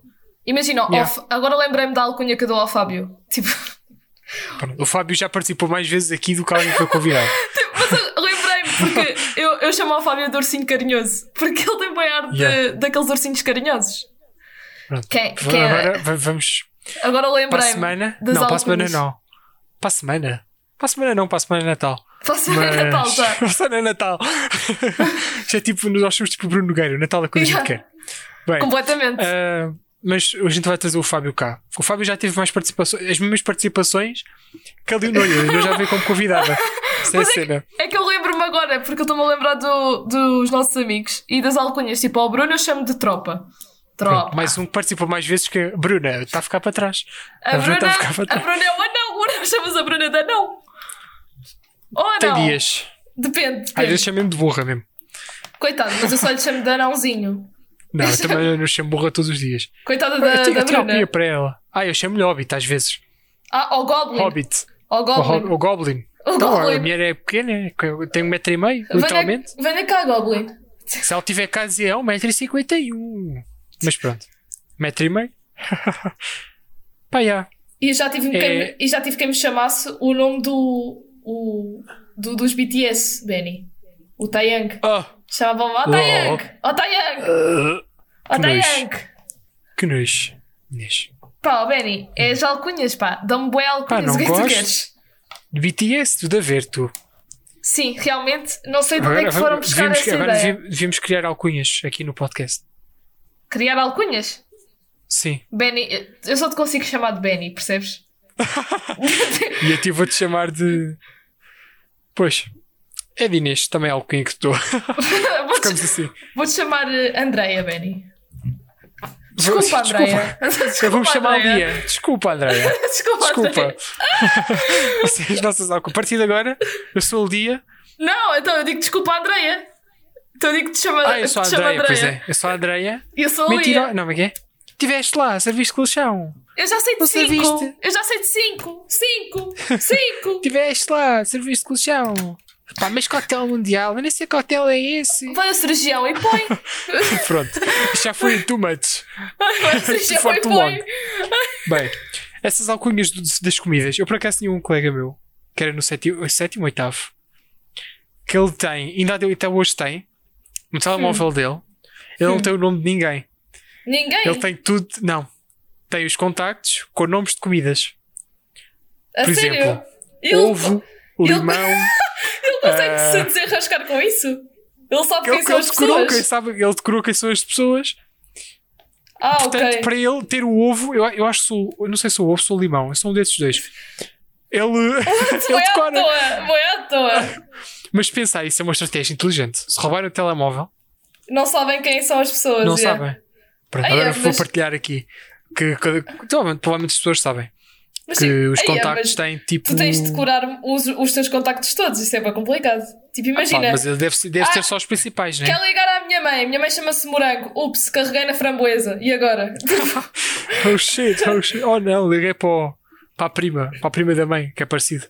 [SPEAKER 1] imagina,
[SPEAKER 2] Yeah.
[SPEAKER 1] ao F- agora lembrei-me da alcunha que eu dou ao Fábio. Tipo,
[SPEAKER 2] é, Pronto, o Fábio já participou mais vezes aqui do que alguém que foi convidado.
[SPEAKER 1] mas eu lembrei-me porque eu, eu chamo ao Fábio de ursinho carinhoso. Porque ele tem bem ar de-
[SPEAKER 2] Yeah.
[SPEAKER 1] daqueles ursinhos carinhosos.
[SPEAKER 2] Pronto.
[SPEAKER 1] Quem, quem é-
[SPEAKER 2] Agora va- vamos.
[SPEAKER 1] agora
[SPEAKER 2] Para a
[SPEAKER 1] lembrei-me.
[SPEAKER 2] semana?
[SPEAKER 1] das
[SPEAKER 2] Não, para a semana
[SPEAKER 1] alcunhas.
[SPEAKER 2] não. Para a semana? Para a semana não, para a semana é Natal.
[SPEAKER 1] Para a semana é Natal já.
[SPEAKER 2] Para a semana é Natal. já é tipo, nós somos tipo Bruno Nogueira, o Natal é quando a gente
[SPEAKER 1] Yeah.
[SPEAKER 2] quer. Bem,
[SPEAKER 1] Completamente.
[SPEAKER 2] Ah, mas a gente vai trazer o Fábio cá. O Fábio já teve mais participações, as mesmas participações que a Leonor. A Leonor já veio como convidada. Essa é a cena.
[SPEAKER 1] É que eu lembro-me agora, porque eu estou-me a lembrar do- dos nossos amigos e das alcunhas. Tipo, ao Bruno eu chamo de tropa. Tropa.
[SPEAKER 2] Pronto, mais um que participou mais vezes que a Bruna. Está a ficar para trás.
[SPEAKER 1] a, Bruna,
[SPEAKER 2] está a ficar para
[SPEAKER 1] a
[SPEAKER 2] trás.
[SPEAKER 1] Bruna é o anão. Bruna, chamas a Bruna de anão. Ou
[SPEAKER 2] Tem
[SPEAKER 1] anão.
[SPEAKER 2] dias.
[SPEAKER 1] Depende.
[SPEAKER 2] Às
[SPEAKER 1] depende.
[SPEAKER 2] vezes chamei-me de burra mesmo.
[SPEAKER 1] Coitado, mas eu só lhe chamo de anãozinho.
[SPEAKER 2] Não, eu também não chamo burra todos os dias.
[SPEAKER 1] Coitada
[SPEAKER 2] eu
[SPEAKER 1] da,
[SPEAKER 2] tenho,
[SPEAKER 1] da
[SPEAKER 2] eu tenho alcunha
[SPEAKER 1] Bruna.
[SPEAKER 2] para ela. Ah, eu chamo-lhe Hobbit às vezes.
[SPEAKER 1] Ah, ao Goblin.
[SPEAKER 2] Hobbit.
[SPEAKER 1] Ao
[SPEAKER 2] O, Hob-
[SPEAKER 1] Goblin.
[SPEAKER 2] o Goblin.
[SPEAKER 1] O
[SPEAKER 2] Então,
[SPEAKER 1] Goblin.
[SPEAKER 2] a mulher é pequena, tem um metro e meio,
[SPEAKER 1] Venha,
[SPEAKER 2] literalmente.
[SPEAKER 1] venha cá, Goblin.
[SPEAKER 2] Se ela tiver casa, é 1,51m. Mas pronto, 1,5m. Pá, já.
[SPEAKER 1] E eu já tive, quem,
[SPEAKER 2] É-
[SPEAKER 1] e já tive quem me chamasse o nome do, o, do dos BTS, Benny. O Taeyang.
[SPEAKER 2] Oh,
[SPEAKER 1] Chamavam-me, ó
[SPEAKER 2] Oh.
[SPEAKER 1] Taeyang! Ó Taeyang! Ó
[SPEAKER 2] que nojo.
[SPEAKER 1] Taeyang!
[SPEAKER 2] Ah, que nojo. Nojo.
[SPEAKER 1] Pá, ó Benny, és alcunhas, pá. Dão-me bué
[SPEAKER 2] Pá,
[SPEAKER 1] alcunhas,
[SPEAKER 2] não
[SPEAKER 1] o que é que tu
[SPEAKER 2] gosto.
[SPEAKER 1] queres?
[SPEAKER 2] De BTS, tudo a ver, tu.
[SPEAKER 1] Sim, realmente, não sei de onde é que foram buscar
[SPEAKER 2] devíamos,
[SPEAKER 1] essa
[SPEAKER 2] agora
[SPEAKER 1] ideia.
[SPEAKER 2] devi- devíamos criar alcunhas aqui no podcast.
[SPEAKER 1] Criar alcunhas?
[SPEAKER 2] Sim.
[SPEAKER 1] Benny, eu só te consigo chamar de Benny, percebes?
[SPEAKER 2] E eu te vou-te chamar de. Pois. É de Inês, também é alcunha que estou.
[SPEAKER 1] Vou-te
[SPEAKER 2] Ficamos assim.
[SPEAKER 1] Vou-te chamar eh, Andreia, Benny.
[SPEAKER 2] Vou-
[SPEAKER 1] Desculpa, Andreia. Desculpa,
[SPEAKER 2] Vamos chamar
[SPEAKER 1] Andreia.
[SPEAKER 2] Lia. Desculpa, Andréia.
[SPEAKER 1] Desculpa,
[SPEAKER 2] Desculpa.
[SPEAKER 1] Andreia.
[SPEAKER 2] Vocês, nossas alcunhas. A partir de agora, eu sou o Lia.
[SPEAKER 1] Não, então eu digo desculpa, Andreia. Então eu digo que te chama,
[SPEAKER 2] Ah, eu
[SPEAKER 1] que
[SPEAKER 2] sou a
[SPEAKER 1] te chamo
[SPEAKER 2] Andreia, pois
[SPEAKER 1] Andreia.
[SPEAKER 2] é. Eu sou a Andreia.
[SPEAKER 1] E Eu sou a
[SPEAKER 2] Mentira.
[SPEAKER 1] Lia.
[SPEAKER 2] Não, mas é? Tiveste lá, serviste com o chão.
[SPEAKER 1] Eu já sei de
[SPEAKER 2] Você
[SPEAKER 1] 5.
[SPEAKER 2] viste?
[SPEAKER 1] Eu já sei de 5. 5. 5.
[SPEAKER 2] Tiveste lá, serviste com o chão. Pá, mas coquetel mundial, eu nem sei que coquetel é esse.
[SPEAKER 1] Vai ao cirurgião e põe.
[SPEAKER 2] Pronto, já foi em too much.
[SPEAKER 1] Vai ao cirurgião e
[SPEAKER 2] Forte
[SPEAKER 1] põe.
[SPEAKER 2] logo. Bem, essas alcunhas do- das comidas, eu por acaso tinha um colega meu, que era no sétimo, sétimo oitavo, que ele tem, ainda até- até hoje tem, no
[SPEAKER 1] Hum.
[SPEAKER 2] telemóvel dele, ele não tem o nome de ninguém.
[SPEAKER 1] Ninguém.
[SPEAKER 2] Ele tem tudo, não. Tem os contactos com nomes de comidas.
[SPEAKER 1] a
[SPEAKER 2] por
[SPEAKER 1] sério.
[SPEAKER 2] exemplo,
[SPEAKER 1] ele,
[SPEAKER 2] Ovo,
[SPEAKER 1] ele-
[SPEAKER 2] limão.
[SPEAKER 1] ele consegue
[SPEAKER 2] ah,
[SPEAKER 1] se desenrascar com isso? Ele sabe quem
[SPEAKER 2] Ele, é ele,
[SPEAKER 1] são as
[SPEAKER 2] decorou quem
[SPEAKER 1] pessoas.
[SPEAKER 2] sabe, ele decorou quem são as pessoas.
[SPEAKER 1] Ah,
[SPEAKER 2] Portanto,
[SPEAKER 1] ok.
[SPEAKER 2] para ele ter o ovo, eu, eu acho que sou, eu não sei se sou ovo, sou limão, eu sou um desses dois. Ele,
[SPEAKER 1] Foi
[SPEAKER 2] ele
[SPEAKER 1] à
[SPEAKER 2] decora.
[SPEAKER 1] toa, foi à toa.
[SPEAKER 2] Mas pensar, isso é uma estratégia inteligente. Se roubarem o telemóvel,
[SPEAKER 1] Não sabem quem são as pessoas.
[SPEAKER 2] não
[SPEAKER 1] é.
[SPEAKER 2] sabem. Pronto,
[SPEAKER 1] Ai,
[SPEAKER 2] agora
[SPEAKER 1] é,
[SPEAKER 2] vou
[SPEAKER 1] mas-
[SPEAKER 2] partilhar aqui. Que, que- que- provavelmente, provavelmente as pessoas sabem
[SPEAKER 1] Mas,
[SPEAKER 2] que
[SPEAKER 1] tipo,
[SPEAKER 2] os
[SPEAKER 1] aí é,
[SPEAKER 2] contactos
[SPEAKER 1] mas
[SPEAKER 2] têm tipo.
[SPEAKER 1] Tu tens de decorar os, os teus contactos todos, isso é bem complicado. Tipo,
[SPEAKER 2] Ah, pá,
[SPEAKER 1] imagina,
[SPEAKER 2] mas ele deve, deve ter
[SPEAKER 1] Ah,
[SPEAKER 2] só os principais, né?
[SPEAKER 1] quer ligar à minha mãe, a minha mãe chama-se Morango, ups, carreguei na framboesa, e agora?
[SPEAKER 2] Oh shit, oh shit. Oh não, liguei para, o- para a prima, para a prima da mãe, que é parecido.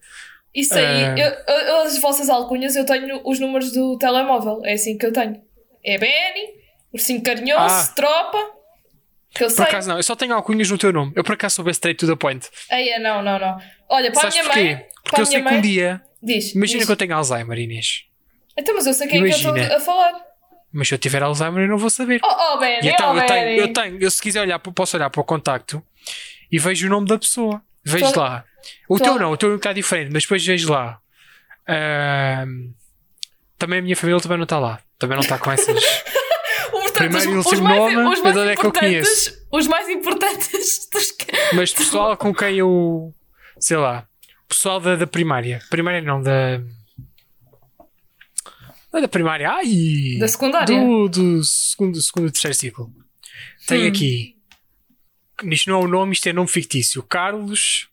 [SPEAKER 1] Isso aí,
[SPEAKER 2] Ah.
[SPEAKER 1] eu- eu- as vossas alcunhas, eu tenho os números do telemóvel, é assim que eu tenho. É Benny, ursinho carinhoso,
[SPEAKER 2] Ah.
[SPEAKER 1] tropa, que eu
[SPEAKER 2] Por
[SPEAKER 1] sei.
[SPEAKER 2] acaso não, eu só tenho alcunhas no teu nome. Eu por acaso sou bem straight to the point.
[SPEAKER 1] Aí é, não, não, não. Olha, para a
[SPEAKER 2] Sabes
[SPEAKER 1] minha
[SPEAKER 2] porquê?
[SPEAKER 1] mãe,
[SPEAKER 2] Porque
[SPEAKER 1] para a
[SPEAKER 2] eu sei
[SPEAKER 1] minha
[SPEAKER 2] que um
[SPEAKER 1] mãe,
[SPEAKER 2] dia.
[SPEAKER 1] diz.
[SPEAKER 2] Imagina
[SPEAKER 1] diz.
[SPEAKER 2] que eu tenho Alzheimer, Inês.
[SPEAKER 1] Então, mas eu sei quem é que eu
[SPEAKER 2] Imagina.
[SPEAKER 1] estou a falar.
[SPEAKER 2] Mas se eu tiver Alzheimer, eu não vou saber.
[SPEAKER 1] Oh, oh
[SPEAKER 2] E
[SPEAKER 1] Benny,
[SPEAKER 2] então,
[SPEAKER 1] oh,
[SPEAKER 2] eu tenho,
[SPEAKER 1] Benny.
[SPEAKER 2] eu tenho, eu se quiser olhar, para- posso olhar para o contacto e vejo o nome da pessoa. Vejo
[SPEAKER 1] Tô-
[SPEAKER 2] lá. O
[SPEAKER 1] tô-
[SPEAKER 2] teu não, o teu é um bocado diferente, mas depois vejo lá. Ahm, também a minha família também não está lá. Também não está com essas.
[SPEAKER 1] Portanto,
[SPEAKER 2] Primeiro e
[SPEAKER 1] os, os,
[SPEAKER 2] último
[SPEAKER 1] mais,
[SPEAKER 2] nome,
[SPEAKER 1] os mais
[SPEAKER 2] mas onde é que eu
[SPEAKER 1] importantes, os mais importantes dos que-
[SPEAKER 2] mas pessoal com quem eu. Sei lá. Pessoal da, da primária. Primária não, da. Não é da primária. Ai!
[SPEAKER 1] Da secundária.
[SPEAKER 2] Do, do segundo, segundo e terceiro ciclo. Tem
[SPEAKER 1] Hum.
[SPEAKER 2] aqui. Isto não é o nome, isto é nome fictício. Carlos,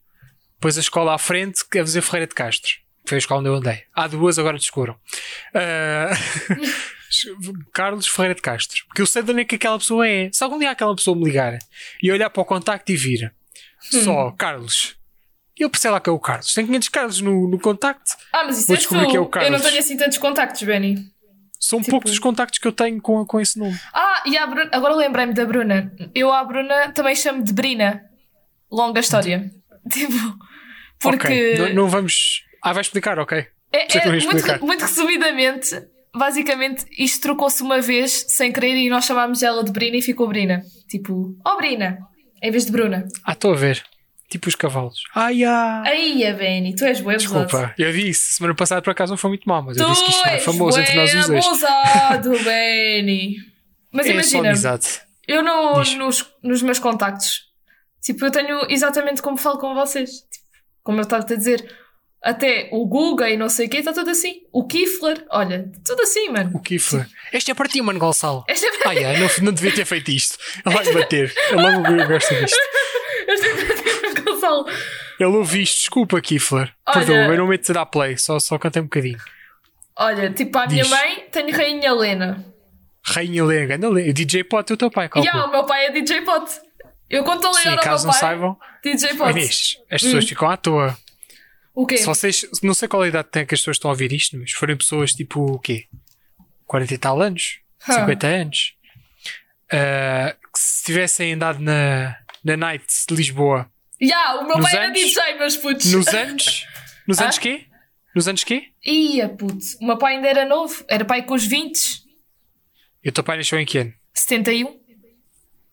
[SPEAKER 2] depois a escola à frente, que é a José Ferreira de Castro. Foi a escola onde eu andei. Há duas, agora descobriram. Ah, Carlos Ferreira de Castro. Porque eu sei de onde é que aquela pessoa é. Se algum dia aquela pessoa me ligar e olhar para o contacto e vir só
[SPEAKER 1] Hum.
[SPEAKER 2] Carlos, eu pensei lá que é o Carlos. Tem 500 Carlos no, no contacto.
[SPEAKER 1] Ah, mas isso
[SPEAKER 2] Vou
[SPEAKER 1] és tu.
[SPEAKER 2] descobrir que é o
[SPEAKER 1] eu não
[SPEAKER 2] Carlos.
[SPEAKER 1] tenho assim tantos contactos, Benny.
[SPEAKER 2] São
[SPEAKER 1] Tipo-
[SPEAKER 2] poucos os contactos que eu tenho com, com esse nome.
[SPEAKER 1] Ah, e a Bruna, agora lembrei-me da Bruna. Eu à Bruna também chamo de Brina. Longa história. Tipo, porque
[SPEAKER 2] Ok. Não, não vamos. Ah, vai explicar, ok.
[SPEAKER 1] é- é
[SPEAKER 2] sei que não ia
[SPEAKER 1] muito,
[SPEAKER 2] explicar.
[SPEAKER 1] muito resumidamente, basicamente isto trocou-se uma vez sem querer e nós chamámos ela de Brina e ficou Brina. Tipo, oh Brina, em vez de Bruna.
[SPEAKER 2] Ah, estou a ver. Tipo os cavalos. Ai, ah,
[SPEAKER 1] Aí, a Benny, tu és boa,
[SPEAKER 2] Desculpa, eu disse. Semana passada por acaso não foi muito mal, mas eu
[SPEAKER 1] Tu
[SPEAKER 2] disse que isto era
[SPEAKER 1] és
[SPEAKER 2] famoso entre nós
[SPEAKER 1] bué
[SPEAKER 2] os dois.
[SPEAKER 1] abusado, Benny. Mas
[SPEAKER 2] é só
[SPEAKER 1] imagina,
[SPEAKER 2] amizade.
[SPEAKER 1] eu não,
[SPEAKER 2] Diz.
[SPEAKER 1] nos, nos meus contactos, tipo, eu tenho exatamente como falo com vocês. Tipo, como eu estava a dizer, até o Guga e não sei o quê, está tudo assim. O Kifler, olha, tudo assim,
[SPEAKER 2] O
[SPEAKER 1] mano.
[SPEAKER 2] Kifler. Este é para ti, Mano Gonçalo.
[SPEAKER 1] Esta é
[SPEAKER 2] Ai, ai, não, não devia ter feito isto. Ele vai me bater. Ele logo eu gosto disto.
[SPEAKER 1] esta é para Gonçalo.
[SPEAKER 2] Ele ouviu isto. Desculpa, Kifler.
[SPEAKER 1] Olha-
[SPEAKER 2] Perdoa, eu não meto de dar play. Só, só cantei um bocadinho.
[SPEAKER 1] Olha, tipo, à minha
[SPEAKER 2] Diz.
[SPEAKER 1] mãe tenho Rainha Helena.
[SPEAKER 2] Rainha Lena, grande Lena. DJ Pot é o teu pai,
[SPEAKER 1] E ah,
[SPEAKER 2] calcula.
[SPEAKER 1] o meu pai é DJ Pot. Eu conto a
[SPEAKER 2] Sim,
[SPEAKER 1] Leonor ao meu
[SPEAKER 2] caso não
[SPEAKER 1] pai, Hum.
[SPEAKER 2] saibam,
[SPEAKER 1] DJ Pot.
[SPEAKER 2] Inês, as pessoas ficam à toa.
[SPEAKER 1] O quê?
[SPEAKER 2] Se vocês, não sei qual a idade tem que as pessoas estão a ouvir isto, mas forem pessoas tipo o quê? 40 e tal anos?
[SPEAKER 1] Hum.
[SPEAKER 2] 50 anos? Ah, que se tivessem andado na, na Night de Lisboa
[SPEAKER 1] Ya, o meu
[SPEAKER 2] Nos
[SPEAKER 1] pai era
[SPEAKER 2] anos-
[SPEAKER 1] DJ, meus putos.
[SPEAKER 2] nos anos. Nos
[SPEAKER 1] Ah?
[SPEAKER 2] anos quê? Nos anos quê?
[SPEAKER 1] Ia, puto. O meu pai ainda era novo. Era pai com os 20,
[SPEAKER 2] E o teu pai nasceu em que ano?
[SPEAKER 1] 71.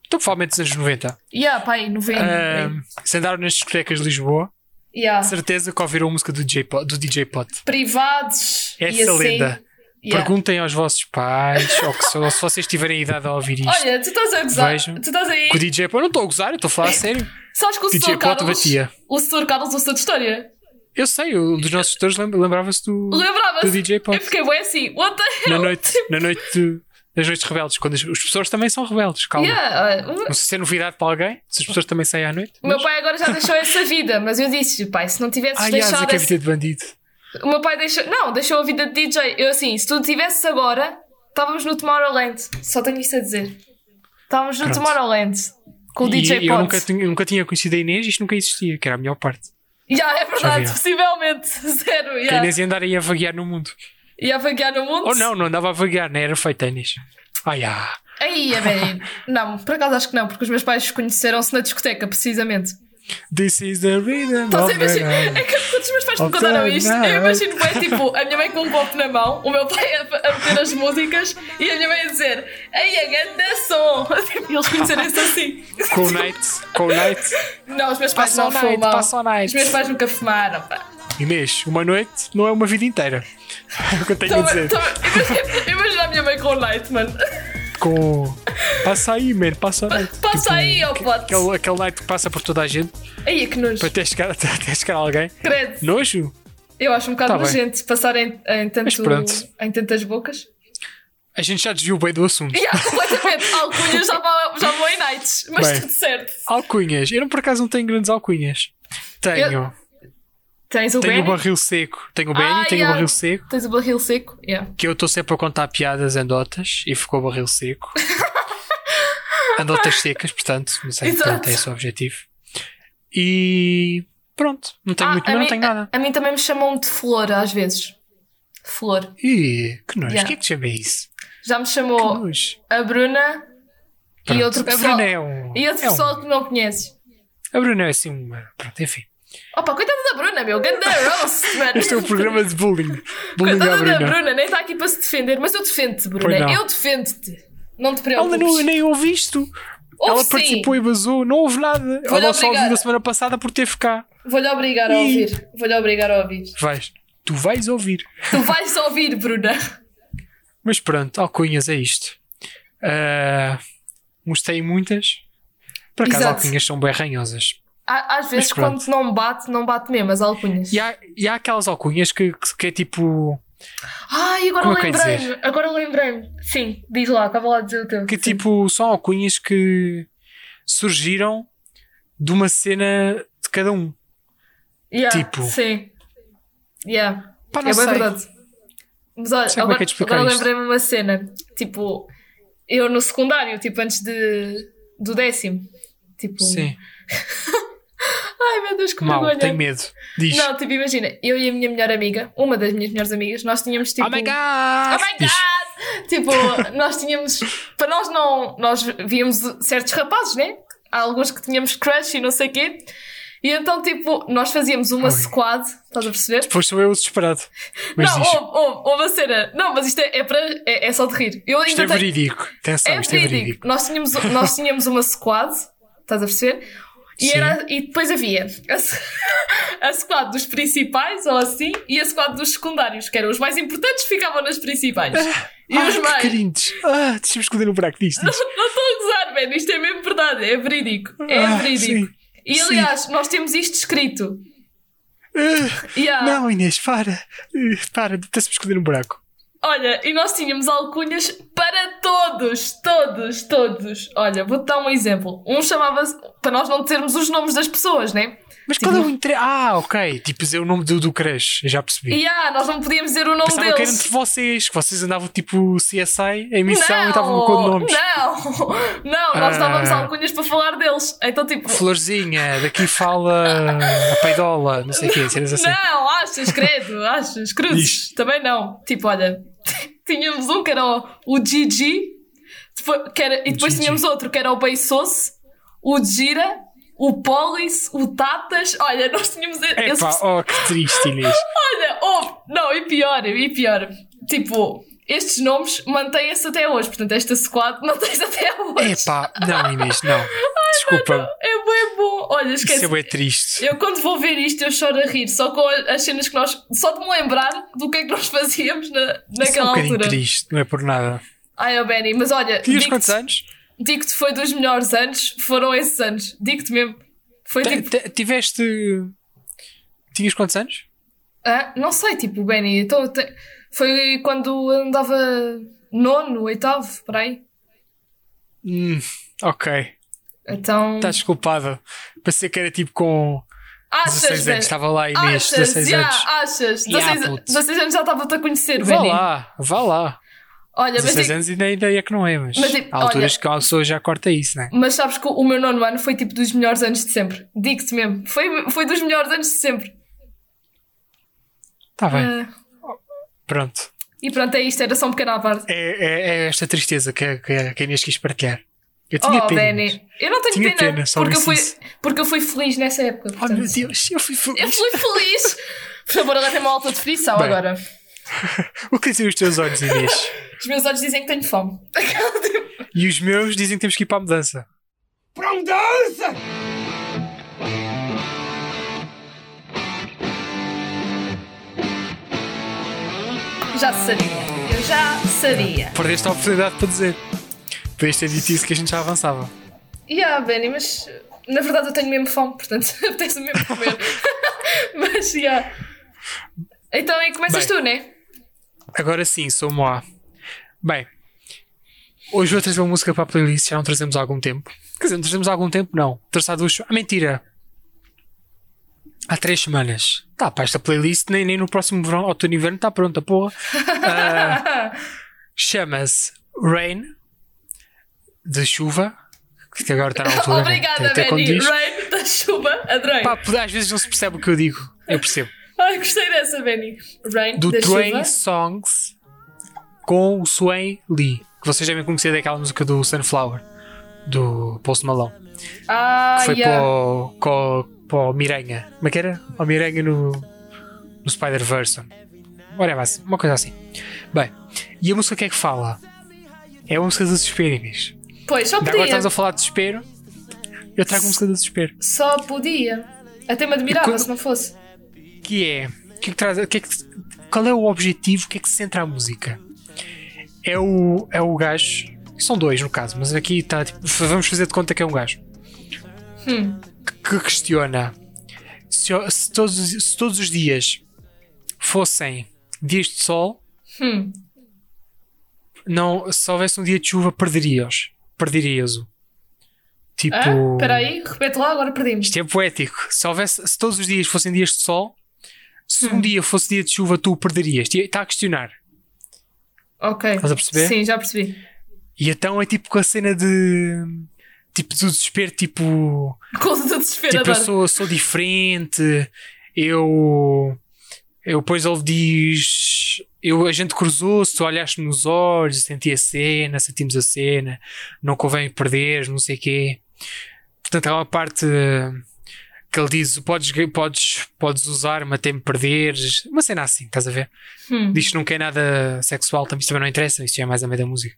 [SPEAKER 2] Então, provavelmente nos anos 90.
[SPEAKER 1] Ia, pai, 90.
[SPEAKER 2] Ah, se andaram nas discotecas de Lisboa,
[SPEAKER 1] Ia.
[SPEAKER 2] de certeza que ouviram a música do DJ Pot. Do DJ Pot.
[SPEAKER 1] Privados.
[SPEAKER 2] Essa
[SPEAKER 1] e assim.
[SPEAKER 2] lenda.
[SPEAKER 1] Ya.
[SPEAKER 2] Perguntem aos vossos pais ou, que se, ou se vocês tiverem idade a ouvir isto.
[SPEAKER 1] Olha, tu estás a gozar.
[SPEAKER 2] Vejam.
[SPEAKER 1] Tu estás aí.
[SPEAKER 2] que o DJ Pô, eu não estou a gozar, eu estou a falar a sério.
[SPEAKER 1] Sabes que o
[SPEAKER 2] DJ
[SPEAKER 1] Sr.
[SPEAKER 2] Pote
[SPEAKER 1] Carlos.
[SPEAKER 2] batia.
[SPEAKER 1] O Sr. Carlos, o Sr. de História.
[SPEAKER 2] Eu sei, um dos nossos tutores lem- lembrava-se do,
[SPEAKER 1] Lembrava-se.
[SPEAKER 2] do DJ Pop
[SPEAKER 1] Eu fiquei bem assim. What the hell?
[SPEAKER 2] na noite, na noite de- nas noites rebeldes, quando as, as pessoas também são rebeldes, calma.
[SPEAKER 1] Ya, uh,
[SPEAKER 2] Não sei se é novidade para alguém, se as pessoas também saem à noite.
[SPEAKER 1] O meu
[SPEAKER 2] mas-
[SPEAKER 1] pai agora já deixou essa vida, mas eu disse pai, se não tivesses
[SPEAKER 2] Ah, Yasa,
[SPEAKER 1] deixado.
[SPEAKER 2] que é
[SPEAKER 1] essa-
[SPEAKER 2] vida de bandido.
[SPEAKER 1] O meu pai deixou. Não, deixou a vida de DJ. Eu assim, se tu tivesses agora, estávamos no Tomorrowland. Só tenho isto a dizer. Estávamos no
[SPEAKER 2] Pronto.
[SPEAKER 1] Tomorrowland. Com o
[SPEAKER 2] E
[SPEAKER 1] DJ
[SPEAKER 2] eu
[SPEAKER 1] Pot.
[SPEAKER 2] nunca, tinha- eu nunca tinha conhecido a Inês, isto nunca existia, que era a melhor parte.
[SPEAKER 1] Já, é verdade,
[SPEAKER 2] Já vi.
[SPEAKER 1] possivelmente. Zero.
[SPEAKER 2] Que a
[SPEAKER 1] Já.
[SPEAKER 2] Inês ia andar aí a vaguear no mundo.
[SPEAKER 1] E a vaguear no mundo.
[SPEAKER 2] Ou Oh, não, não andava a vaguear, não era feita a Inês. Ai, ah,
[SPEAKER 1] Aí, é bem. Não, por acaso acho que não, porque os meus pais conheceram-se na discoteca, precisamente.
[SPEAKER 2] this is the rhythm.
[SPEAKER 1] Estás a
[SPEAKER 2] of the
[SPEAKER 1] imaginar?
[SPEAKER 2] night.
[SPEAKER 1] É que quando os meus pais me
[SPEAKER 2] Oh, Ok,
[SPEAKER 1] contaram isto,
[SPEAKER 2] não. é
[SPEAKER 1] eu imagino bem, tipo, a minha mãe com um copo na mão, o meu pai a, a meter as músicas e a minha mãe a dizer Ei, a ganda som! E eles conhecerem-se assim.
[SPEAKER 2] Com o night, com o night.
[SPEAKER 1] Não, os meus pais
[SPEAKER 2] Passa
[SPEAKER 1] não
[SPEAKER 2] o night,
[SPEAKER 1] fumam.
[SPEAKER 2] passa o
[SPEAKER 1] Os
[SPEAKER 2] night.
[SPEAKER 1] meus pais nunca fumaram, pá.
[SPEAKER 2] Inês, uma noite não é uma vida inteira. É o que eu tenho a
[SPEAKER 1] Toma-
[SPEAKER 2] dizer.
[SPEAKER 1] toma- Imagina imagina a minha mãe com o night, mano.
[SPEAKER 2] com. Passa aí, man, passa aí.
[SPEAKER 1] Passa aí, ó pote.
[SPEAKER 2] Aquele, aquele night que passa por toda a gente
[SPEAKER 1] Aí é que nojo.
[SPEAKER 2] para até chegar, até, até chegar alguém.
[SPEAKER 1] Credo.
[SPEAKER 2] Nojo?
[SPEAKER 1] Eu acho um bocado
[SPEAKER 2] Tá bem.
[SPEAKER 1] nojento passar em, em, tanto,
[SPEAKER 2] pronto.
[SPEAKER 1] em tantas bocas.
[SPEAKER 2] A gente já desviou bem do assunto.
[SPEAKER 1] Yeah, completamente. Alcunhas já vão, já vão em nights, mas
[SPEAKER 2] Bem.
[SPEAKER 1] tudo certo.
[SPEAKER 2] Alcunhas. Eu não, por acaso não tenho grandes alcunhas. Tenho.
[SPEAKER 1] Eu- Tens o
[SPEAKER 2] Tenho o
[SPEAKER 1] Benny,
[SPEAKER 2] barril seco. Tenho o Benny,
[SPEAKER 1] Ah,
[SPEAKER 2] tenho
[SPEAKER 1] yeah.
[SPEAKER 2] o barril seco.
[SPEAKER 1] tens o barril seco. Yeah.
[SPEAKER 2] Que eu estou sempre a contar piadas andotas e ficou o barril seco. andotas secas, portanto, não sei,
[SPEAKER 1] Exato.
[SPEAKER 2] pronto, é esse o objetivo. E pronto, não tenho
[SPEAKER 1] Ah,
[SPEAKER 2] muito,
[SPEAKER 1] a
[SPEAKER 2] não
[SPEAKER 1] mim-
[SPEAKER 2] tenho nada.
[SPEAKER 1] A, a mim também me chamam de flor às vezes. Flor.
[SPEAKER 2] Ih, que nojo,
[SPEAKER 1] Yeah.
[SPEAKER 2] que é que chama isso?
[SPEAKER 1] Já me
[SPEAKER 2] Que
[SPEAKER 1] chamou
[SPEAKER 2] nojo.
[SPEAKER 1] a Bruna e
[SPEAKER 2] Pronto,
[SPEAKER 1] outro
[SPEAKER 2] a
[SPEAKER 1] pessoal.
[SPEAKER 2] Bruna é um.
[SPEAKER 1] E outro
[SPEAKER 2] é um-
[SPEAKER 1] pessoal que não conheces.
[SPEAKER 2] a Bruna é assim uma. Pronto, enfim.
[SPEAKER 1] Opa, coitada da Bruna, meu. Ganda roast, mano.
[SPEAKER 2] Este é o programa de bullying. Bullying à
[SPEAKER 1] Coitada da
[SPEAKER 2] Bruna.
[SPEAKER 1] Bruna, nem está aqui para se defender, mas eu defendo-te,
[SPEAKER 2] Pois não.
[SPEAKER 1] Bruna. Eu defendo-te. Não te preocupes.
[SPEAKER 2] Ela não, nem ouve isto.
[SPEAKER 1] Ouve
[SPEAKER 2] Ela
[SPEAKER 1] sim.
[SPEAKER 2] participou e vazou, não houve nada.
[SPEAKER 1] Vou-lhe
[SPEAKER 2] Ela só
[SPEAKER 1] obrigar.
[SPEAKER 2] ouviu da semana passada por teve cá.
[SPEAKER 1] Vou-lhe obrigar a
[SPEAKER 2] Ih.
[SPEAKER 1] ouvir. Vou-lhe obrigar a ouvir.
[SPEAKER 2] Vais, tu vais ouvir.
[SPEAKER 1] Tu vais ouvir, Bruna.
[SPEAKER 2] Mas pronto, alcunhas é isto. Ah, uns têm muitas. Por acaso,
[SPEAKER 1] Exato.
[SPEAKER 2] alcunhas são bem ranhosas.
[SPEAKER 1] Há- Às vezes,
[SPEAKER 2] pronto.
[SPEAKER 1] quando não bate, não bate mesmo, as alcunhas.
[SPEAKER 2] E há, e há aquelas alcunhas que, que, que é tipo.
[SPEAKER 1] Ai, agora
[SPEAKER 2] Como é que eu ia
[SPEAKER 1] lembrei-me. Agora lembrei-me. Sim, diz lá, acaba lá de dizer o teu.
[SPEAKER 2] Que
[SPEAKER 1] Sim.
[SPEAKER 2] tipo, são alcunhas que surgiram de uma cena de cada um.
[SPEAKER 1] Yeah,
[SPEAKER 2] tipo-
[SPEAKER 1] Sim. Yeah.
[SPEAKER 2] Pá, não
[SPEAKER 1] é bem
[SPEAKER 2] sei.
[SPEAKER 1] verdade. Mas olha,
[SPEAKER 2] sei como é
[SPEAKER 1] agora,
[SPEAKER 2] que é de explicar
[SPEAKER 1] agora
[SPEAKER 2] isto.
[SPEAKER 1] lembrei-me uma cena. Tipo, eu no secundário, tipo, antes de, do décimo. Tipo,
[SPEAKER 2] Sim,
[SPEAKER 1] ai meu Deus, que
[SPEAKER 2] mal,
[SPEAKER 1] vergonha.
[SPEAKER 2] tenho medo. Diz.
[SPEAKER 1] Não, tipo, imagina, eu e a minha melhor amiga, uma das minhas melhores amigas, nós tínhamos tipo.
[SPEAKER 2] oh my god!
[SPEAKER 1] Oh my
[SPEAKER 2] Diz.
[SPEAKER 1] God! Tipo, nós tínhamos. Para nós não. Nós víamos certos rapazes, né? Há alguns que tínhamos crush e não sei o quê. E então, tipo, nós fazíamos uma
[SPEAKER 2] Ai.
[SPEAKER 1] squad, estás a perceber?
[SPEAKER 2] Depois sou eu o desesperado. Mas
[SPEAKER 1] não, oh,
[SPEAKER 2] diz.
[SPEAKER 1] houve, houve, houve a cena. Não, mas isto é, é, para, é, é só de rir. Eu ainda
[SPEAKER 2] Isto é
[SPEAKER 1] tenho-
[SPEAKER 2] verídico. Atenção,
[SPEAKER 1] é
[SPEAKER 2] isto é verídico.
[SPEAKER 1] verídico. Nós tínhamos, nós tínhamos uma squad, estás a perceber? E,
[SPEAKER 2] Sim.
[SPEAKER 1] era, e depois havia a, s- a squad dos principais, ou assim, e a squad dos secundários, que eram os mais importantes, ficavam nas principais. E
[SPEAKER 2] ah,
[SPEAKER 1] os
[SPEAKER 2] que
[SPEAKER 1] mais.
[SPEAKER 2] carinhos. Ah, deixa-me esconder no buraco disto. diz.
[SPEAKER 1] Não estou a gozar, velho. Isto é mesmo verdade. É verídico. É
[SPEAKER 2] Ah,
[SPEAKER 1] verídico.
[SPEAKER 2] sim.
[SPEAKER 1] e
[SPEAKER 2] sim.
[SPEAKER 1] aliás, nós temos isto escrito.
[SPEAKER 2] Ah,
[SPEAKER 1] E há-
[SPEAKER 2] Não, Inês, para. Ah, Para, deixa-me esconder no buraco.
[SPEAKER 1] Olha, e nós tínhamos alcunhas para todos, todos, todos. Olha, vou-te dar um exemplo. Um chamava-se. Para nós não termos os nomes das pessoas, né?
[SPEAKER 2] Mas
[SPEAKER 1] Tipo-
[SPEAKER 2] cada um entre. Ah, ok. Tipo, dizer o nome do, do crush. Eu já percebi.
[SPEAKER 1] E ah, nós não podíamos dizer o nome
[SPEAKER 2] Pensava que era entre
[SPEAKER 1] deles.
[SPEAKER 2] vocês, que vocês andavam tipo CSI em missão e estavam com
[SPEAKER 1] não,
[SPEAKER 2] nomes.
[SPEAKER 1] não, não, nós
[SPEAKER 2] Ah.
[SPEAKER 1] dávamos alcunhas para falar deles. Então, tipo,
[SPEAKER 2] Florzinha, daqui fala a peidola, não sei o quê, cenas assim.
[SPEAKER 1] Não, achas, credo, achas, cruzes.
[SPEAKER 2] Diz.
[SPEAKER 1] Também não. Tipo, olha, tínhamos um que era o, o Gigi, depois- que era- e
[SPEAKER 2] O
[SPEAKER 1] depois
[SPEAKER 2] Gigi.
[SPEAKER 1] tínhamos outro que era o Beiçoce, o Gira, o Polis, o Tatas. Olha, nós tínhamos e- esse.
[SPEAKER 2] Epá, oh, que triste, Inês.
[SPEAKER 1] Olha, houve. Não, e pior, e pior. Tipo, estes nomes mantêm-se até hoje. Portanto, esta squad mantém-se até hoje.
[SPEAKER 2] Epá, não, Inês, não. Desculpa,
[SPEAKER 1] É bem bom. Olha, esquece.
[SPEAKER 2] isso é bué triste.
[SPEAKER 1] Eu quando vou ver isto eu choro a rir, só com a- as cenas que nós. Só de me lembrar do que é que nós fazíamos na,
[SPEAKER 2] Isso é um
[SPEAKER 1] naquela
[SPEAKER 2] bocadinho
[SPEAKER 1] altura.
[SPEAKER 2] triste, não é por nada.
[SPEAKER 1] Ai, oh Benny, mas olha,
[SPEAKER 2] Tinhas quantos
[SPEAKER 1] digo-te
[SPEAKER 2] anos?
[SPEAKER 1] digo-te foi dos melhores anos, foram esses anos. Digo-te mesmo. Foi
[SPEAKER 2] Te-
[SPEAKER 1] tipo.
[SPEAKER 2] te- Tiveste. Tinhas quantos anos?
[SPEAKER 1] Ah, não sei, tipo, Benny, então eu te- foi quando andava nono, oitavo, por aí.
[SPEAKER 2] Hum, ok.
[SPEAKER 1] Então.
[SPEAKER 2] Estás desculpada. Tá Pensei que era tipo com 16
[SPEAKER 1] Benny?
[SPEAKER 2] anos. Estava lá Inês,
[SPEAKER 1] Achas,
[SPEAKER 2] 16
[SPEAKER 1] já, ah,
[SPEAKER 2] anos.
[SPEAKER 1] achas.
[SPEAKER 2] Ya,
[SPEAKER 1] 16,
[SPEAKER 2] puto.
[SPEAKER 1] 16 anos já estava-te a conhecer,
[SPEAKER 2] Vá
[SPEAKER 1] Benny.
[SPEAKER 2] lá, vá lá.
[SPEAKER 1] Olha, mas
[SPEAKER 2] 16
[SPEAKER 1] digo-
[SPEAKER 2] anos ainda, ainda é que não é, mas,
[SPEAKER 1] Mas, tipo,
[SPEAKER 2] há alturas
[SPEAKER 1] olha-
[SPEAKER 2] que a pessoa já corta isso, né?
[SPEAKER 1] Mas sabes que o meu nono ano foi tipo dos melhores anos de sempre. Digo-te mesmo. Foi, foi dos melhores anos de sempre.
[SPEAKER 2] Tá bem,
[SPEAKER 1] Ah,
[SPEAKER 2] pronto.
[SPEAKER 1] e pronto, é isto. Era só um pequeno à parte.
[SPEAKER 2] É, é- é esta tristeza que, que, que a Inês quis partilhar. Eu tinha
[SPEAKER 1] Oh,
[SPEAKER 2] pena. Inês.
[SPEAKER 1] Benny. Eu não tenho
[SPEAKER 2] Tinha
[SPEAKER 1] pena.
[SPEAKER 2] pena, só
[SPEAKER 1] porque, eu
[SPEAKER 2] disse
[SPEAKER 1] fui,
[SPEAKER 2] isso.
[SPEAKER 1] porque eu fui feliz nessa época.
[SPEAKER 2] Oh
[SPEAKER 1] portanto.
[SPEAKER 2] meu Deus, eu fui
[SPEAKER 1] Eu
[SPEAKER 2] feliz.
[SPEAKER 1] fui feliz. Por favor, agora tem uma alta definição
[SPEAKER 2] Bem.
[SPEAKER 1] agora.
[SPEAKER 2] O que dizem os teus olhos, Inês?
[SPEAKER 1] Os meus olhos dizem que tenho fome.
[SPEAKER 2] e os meus dizem que temos que ir para a mudança.
[SPEAKER 3] Para mudança!
[SPEAKER 1] Já sabia. Eu já sabia.
[SPEAKER 2] Perdeste a oportunidade para dizer. Depois ter dito isso que a gente já avançava.
[SPEAKER 1] Yeah, ah, Benny, mas na verdade eu tenho mesmo fome, portanto apetece-me mesmo comer. mas, yeah. Então aí começas
[SPEAKER 2] Bem.
[SPEAKER 1] tu, né?
[SPEAKER 2] Agora sim, sou o Moá. Bem, hoje vou trazer uma música para a playlist, já não trazemos há algum tempo. Quer dizer, não trazemos há algum tempo, não. Trouxe há duas. Ah, mentira! Há três semanas. Tá, para esta playlist, nem, nem no próximo verão, outono e inverno, está pronta, porra. Ah, Chama-se Rain, de chuva, que agora está na altura. né?
[SPEAKER 1] Obrigada,
[SPEAKER 2] até, até quando
[SPEAKER 1] Benny.
[SPEAKER 2] diz.
[SPEAKER 1] Rain da chuva, adorei.
[SPEAKER 2] Pá, às vezes não se percebe o que eu digo. Eu percebo.
[SPEAKER 1] Ai, gostei dessa, Benny. Rain
[SPEAKER 2] do
[SPEAKER 1] da
[SPEAKER 2] Train
[SPEAKER 1] chuva.
[SPEAKER 2] Songs com o Swain Lee, que vocês devem conhecer daquela música do Sunflower, do Post Malone, que
[SPEAKER 1] Ah,
[SPEAKER 2] foi
[SPEAKER 1] yeah.
[SPEAKER 2] para, o, co- para o Miranha. Como é que era? O Miranha no, no Spider-Verse. Olha, mas uma coisa assim. Bem, e a música que é que fala? É uma música de desespero, Inês.
[SPEAKER 1] Pois, só
[SPEAKER 2] Ainda
[SPEAKER 1] podia.
[SPEAKER 2] Agora estamos a falar de desespero. Eu trago uma música de desespero.
[SPEAKER 1] Só podia. Até me admirava
[SPEAKER 2] Quando-
[SPEAKER 1] se não fosse.
[SPEAKER 2] que é? O que é que traz? o que é que- qual é o objetivo? O que é que se centra a música? É o, é o gajo. São dois no caso, mas aqui está. Tipo, f- vamos fazer de conta que é um gajo.
[SPEAKER 1] Hum.
[SPEAKER 2] Que, que questiona se, o- se todos, os- se todos os dias fossem dias de sol,
[SPEAKER 1] Hum.
[SPEAKER 2] não, se houvesse um dia de chuva, perderias. Perderias-o. Tipo.
[SPEAKER 1] Ah, espera aí, repete lá, agora perdimos.
[SPEAKER 2] Isto é poético. Se, houvesse, se todos os dias fossem dias de sol, se um dia fosse dia de chuva, tu o perderias. Está a questionar.
[SPEAKER 1] Ok.
[SPEAKER 2] é- Estás a perceber?
[SPEAKER 1] Sim, já percebi.
[SPEAKER 2] E então é tipo com a cena de. Tipo, do desespero, tipo.
[SPEAKER 1] Coisa do desespero
[SPEAKER 2] Tipo, eu
[SPEAKER 1] agora.
[SPEAKER 2] sou, sou diferente, eu. Eu, depois ele diz. Eu, a gente cruzou-se, tu olhaste-me nos olhos, senti a cena, sentimos a cena, não convém perder, não sei quê. Portanto, há uma parte que ele diz: podes, podes, podes usar-me até me perderes, uma cena assim, estás a ver?
[SPEAKER 1] Hum.
[SPEAKER 2] Diz que não quer nada sexual, também, isso também não interessa, isso já é mais a meio da música.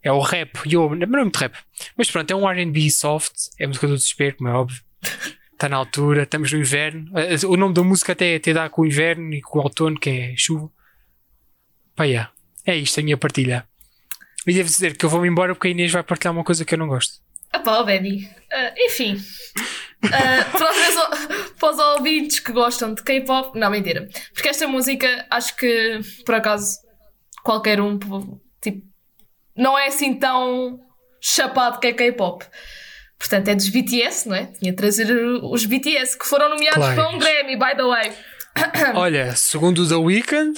[SPEAKER 2] É o rap, e eu, não é muito rap. Mas pronto, é um RB soft, é a música do desespero, como é óbvio. Está na altura, estamos no inverno. Eh, O nome da música até, até dá com o inverno e com o outono, que é chuva. Pá, yeah. é isto, a minha partilha. E devo dizer que eu vou-me embora porque a Inês vai partilhar uma coisa que eu não gosto.
[SPEAKER 1] Ah pá, o Benny. Ah, enfim. Ah, para, os meus- para os ouvintes que gostam de K-pop. Não, mentira. Porque esta música, acho que, por acaso, qualquer um, tipo, não é assim tão chapado que é K-pop. Portanto, é dos BTS, não é? Tinha de trazer os BTS que foram nomeados
[SPEAKER 2] Claro.
[SPEAKER 1] para um Grammy, by the way. Então.
[SPEAKER 2] Olha, segundo o The Weeknd,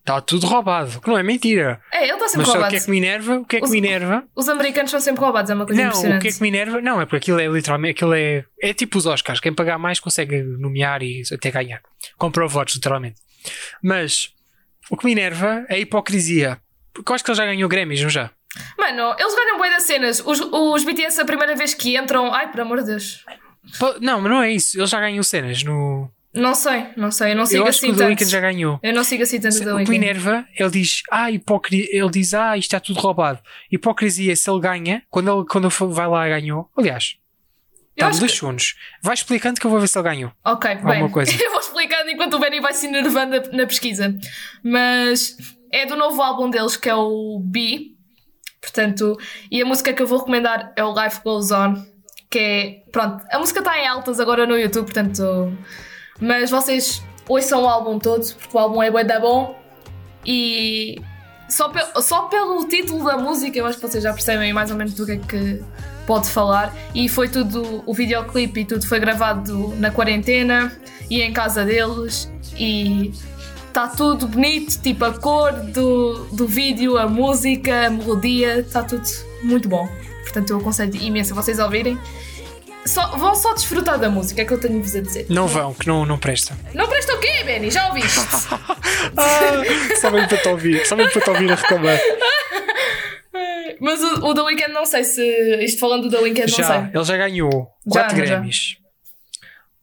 [SPEAKER 2] está tudo roubado, que não é mentira.
[SPEAKER 1] É, ele está sempre
[SPEAKER 2] Mas sabe o
[SPEAKER 1] roubado.
[SPEAKER 2] que é que me enerva? O que é que
[SPEAKER 1] Os-
[SPEAKER 2] me enerva?
[SPEAKER 1] Os americanos são sempre roubados, é uma coisa
[SPEAKER 2] Não, o
[SPEAKER 1] impressionante.
[SPEAKER 2] que é que me enerva? Não, é porque aquilo é literalmente. Aquilo é, é tipo os Oscars. Quem pagar mais consegue nomear e até ganhar. Compra votos, literalmente. Mas o que me enerva é a hipocrisia. Porque eu acho que ele já ganhou Grammys, não já?
[SPEAKER 1] Mano, eles ganham bem das cenas. Os, os BTS, a primeira vez que entram. Ai, por amor de Deus.
[SPEAKER 2] Po- Não, mas não é isso. Ele já ganhou cenas no.
[SPEAKER 1] Não sei, não sei. Eu não
[SPEAKER 2] Eu
[SPEAKER 1] sigo
[SPEAKER 2] acho que
[SPEAKER 1] assim
[SPEAKER 2] o The
[SPEAKER 1] tanto.
[SPEAKER 2] Weeknd já ganhou.
[SPEAKER 1] Eu não sigo assim tanto da
[SPEAKER 2] O que me
[SPEAKER 1] Weeknd.
[SPEAKER 2] enerva, ele diz, ah, hipocrisia. Ele diz, ah, isto está tudo roubado. Hipocrisia, se ele ganha, quando ele, quando ele foi- vai lá ganhou. Aliás,
[SPEAKER 1] Eu
[SPEAKER 2] está
[SPEAKER 1] acho
[SPEAKER 2] de
[SPEAKER 1] que...
[SPEAKER 2] dois segundos. Vai explicando que eu vou ver se ele ganhou.
[SPEAKER 1] Ok, bem.
[SPEAKER 2] Alguma coisa.
[SPEAKER 1] Eu vou explicando enquanto o Benny vai se enervando a- na pesquisa. Mas é do novo álbum deles, que é o B. Portanto, e a música que eu vou recomendar é o Life Goes On. Que é. Pronto, a música está em altas agora no YouTube, portanto. Mas vocês ouçam o álbum todo, porque o álbum é bué da bom. E só, pe- só pelo título da música eu acho que vocês já percebem mais ou menos do que é que pode falar. E foi tudo, o videoclipe e tudo foi gravado na quarentena e em casa deles. E está tudo bonito, tipo a cor do, do vídeo, a música, a melodia, está tudo muito bom. Portanto, eu aconselho imenso a vocês ouvirem. Só, vão só desfrutar da música, é que eu tenho-vos a dizer.
[SPEAKER 2] Não vão, que não, não presta.
[SPEAKER 1] Não presta o quê, Benny? Já ouviste?
[SPEAKER 2] Ah, só mesmo para te ouvir, só mesmo para te ouvir a reclamar.
[SPEAKER 1] Mas o, o The Weeknd não sei se. Isto falando do The Weeknd, não
[SPEAKER 2] Já,
[SPEAKER 1] sei.
[SPEAKER 2] ele já ganhou
[SPEAKER 1] Já,
[SPEAKER 2] 4
[SPEAKER 1] já, já.
[SPEAKER 2] Grammys.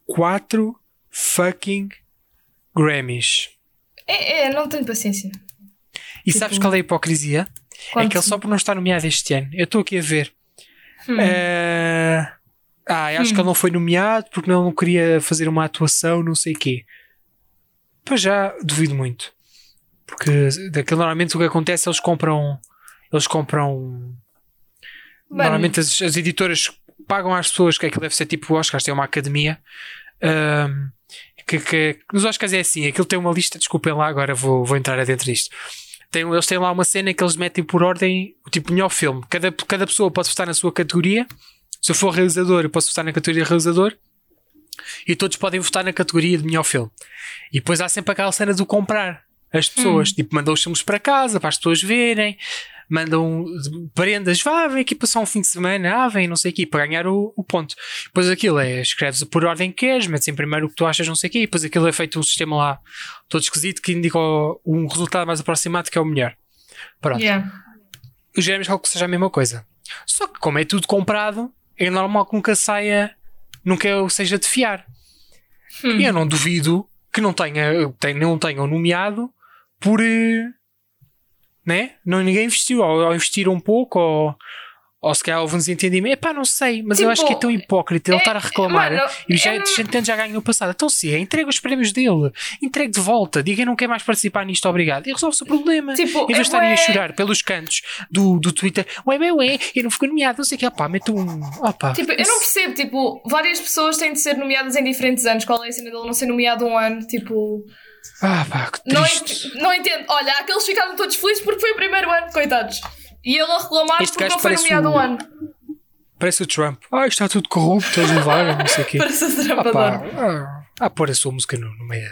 [SPEAKER 2] 4 fucking Grammys.
[SPEAKER 1] É, é, não tenho paciência.
[SPEAKER 2] E sabes qual é a hipocrisia? É
[SPEAKER 1] Tipo Quanto-
[SPEAKER 2] que ele só por não estar nomeado este ano. Eu estou aqui a ver.
[SPEAKER 1] Hum.
[SPEAKER 2] Eh, Ah, eu acho que ele não foi nomeado porque ele não queria fazer uma atuação, não sei quê. Pois já duvido muito. Porque daquilo normalmente o que acontece eles compram. Eles compram
[SPEAKER 1] Mano.
[SPEAKER 2] Normalmente as, as editoras pagam às pessoas, que aquilo deve ser tipo Oscars, tem uma academia. ahm, que, que- nos Oscars é assim, aquilo tem uma lista, desculpem lá, agora vou, vou entrar adentro disto. Tem, eles têm lá uma cena que eles metem por ordem, o tipo melhor filme. Cada, cada pessoa pode votar na sua categoria. Se eu for realizador, eu posso votar na categoria realizador. E todos podem votar na categoria de melhor filme. E depois há sempre aquela cena do comprar as pessoas. Tipo, mandam os filmes para casa para as pessoas verem, mandam prendas, vá, vem aqui passar um fim de semana, ah, vem não sei o quê, para ganhar o, o ponto. Depois aquilo é, escreves por ordem que queres, metes em primeiro o que tu achas, não sei o quê, e depois aquilo é feito um sistema lá todo esquisito que indica o- um resultado mais aproximado que é o melhor. Pronto
[SPEAKER 1] Yeah.
[SPEAKER 2] os germes calculo que seja a mesma coisa. Só que como é tudo comprado, é normal que nunca saia, nunca o seja de fiar.
[SPEAKER 1] Hum.
[SPEAKER 2] E eu não duvido que não tenha, tem- não tenham nomeado por eh, né? Não, ninguém investiu, ou, ou investiram um pouco, ou, ou se calhar houve um desentendimento. Epá, não sei, mas eu
[SPEAKER 1] Tipo,
[SPEAKER 2] acho que é tão hipócrita ele
[SPEAKER 1] é-
[SPEAKER 2] estar a reclamar
[SPEAKER 1] mano,
[SPEAKER 2] e já,
[SPEAKER 1] eu não-
[SPEAKER 2] gente já ganhou no passado. Então, se é, entrega os prémios dele, entregue de volta, diga não quer mais participar nisto, obrigado, e resolve-se o problema.
[SPEAKER 1] Tipo,
[SPEAKER 2] em vez
[SPEAKER 1] é
[SPEAKER 2] de estarem a
[SPEAKER 1] bué-
[SPEAKER 2] chorar pelos cantos do, do Twitter, ué, ué, ué, eu não fico nomeado, não sei o que, opá, meto um. Opá,
[SPEAKER 1] Tipo, eu não percebo, tipo, várias pessoas têm de ser nomeadas em diferentes anos. Qual é a cena dele não ser nomeado um ano? Tipo,
[SPEAKER 2] ah, pá, que
[SPEAKER 1] não, é
[SPEAKER 2] triste.
[SPEAKER 1] ent- não entendo. Olha, aqueles ficaram todos felizes porque foi o primeiro ano, coitados. E ele a reclamar
[SPEAKER 2] Este
[SPEAKER 1] porque
[SPEAKER 2] gajo
[SPEAKER 1] não foi
[SPEAKER 2] parece
[SPEAKER 1] nomeado
[SPEAKER 2] o- tipo,
[SPEAKER 1] um ano.
[SPEAKER 2] Parece o Trump, ah, isto está tudo corrupto, eles levaram, não sei o quê.
[SPEAKER 1] Parece um
[SPEAKER 2] Ah, pá,
[SPEAKER 1] trampador.
[SPEAKER 2] ah, ah, pôr a sua música no, no meio.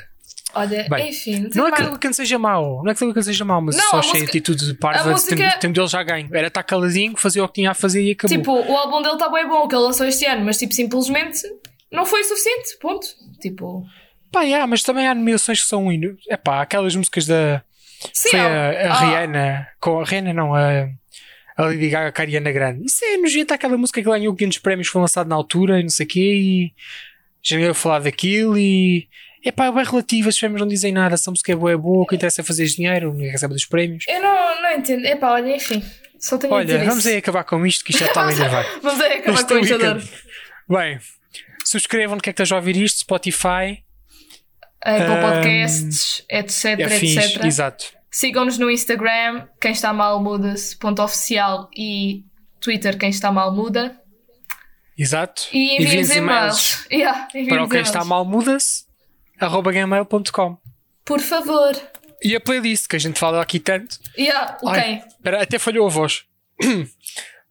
[SPEAKER 1] Olha,
[SPEAKER 2] Bem,
[SPEAKER 1] enfim, não,
[SPEAKER 2] Não é
[SPEAKER 1] mais-
[SPEAKER 2] que a canção seja mau, não é que a canção seja mau, mas
[SPEAKER 1] Não,
[SPEAKER 2] só
[SPEAKER 1] a
[SPEAKER 2] achei a
[SPEAKER 1] música-
[SPEAKER 2] atitude de parva,
[SPEAKER 1] a
[SPEAKER 2] de tempo-
[SPEAKER 1] música-
[SPEAKER 2] tempo dele já ganho. Era estar caladinho, fazer o que tinha a fazer e acabou.
[SPEAKER 1] Tipo, o álbum dele está bem bom, o que ele lançou este ano, mas tipo, simplesmente não foi o suficiente, ponto. Tipo,
[SPEAKER 2] Pá, yeah, mas também há nomeações que são. inu- É pá, aquelas músicas da.
[SPEAKER 1] sim,
[SPEAKER 2] foi
[SPEAKER 1] é-
[SPEAKER 2] a, a
[SPEAKER 1] ah,
[SPEAKER 2] Rihanna. Com a Rihanna, não, a, a Lady Gaga com a Ariana Grande. Isso é nojento, aquela música que ganhou 500 prémios, foi lançada na altura e não sei o quê. E já ninguém vai falar daquilo e. É pá, é bem relativa, os prémios não dizem nada. Se a música é boa, é boa, o que interessa é fazer dinheiro, ninguém recebe dos prémios.
[SPEAKER 1] Eu não, não entendo. Epá, olha, enfim, só tenho a
[SPEAKER 2] Olha,
[SPEAKER 1] dizer
[SPEAKER 2] vamos
[SPEAKER 1] isso.
[SPEAKER 2] aí acabar com isto, que isto já está a enervar.
[SPEAKER 1] Vamos aí acabar
[SPEAKER 2] Este
[SPEAKER 1] com o
[SPEAKER 2] weekend.
[SPEAKER 1] lutador.
[SPEAKER 2] Bem, subscrevam onde é que estás a ouvir isto, Spotify,
[SPEAKER 1] Apple
[SPEAKER 2] Ahm, é
[SPEAKER 1] Podcasts, etc,
[SPEAKER 2] afins,
[SPEAKER 1] etc.
[SPEAKER 2] exato.
[SPEAKER 1] Sigam-nos no Instagram, quem está mal muda-se, ponto oficial, e Twitter, quem está mal muda.
[SPEAKER 2] Exato.
[SPEAKER 1] E enviem-nos e-mails. Yeah,
[SPEAKER 2] para
[SPEAKER 1] enviem-nos
[SPEAKER 2] o quem está
[SPEAKER 1] e-mails.
[SPEAKER 2] mal muda-se, arroba gmail.com.
[SPEAKER 1] Por favor.
[SPEAKER 2] E a playlist, que a gente fala aqui tanto.
[SPEAKER 1] Yeah, o
[SPEAKER 2] Ai,
[SPEAKER 1] quem?
[SPEAKER 2] espera, até falhou a voz.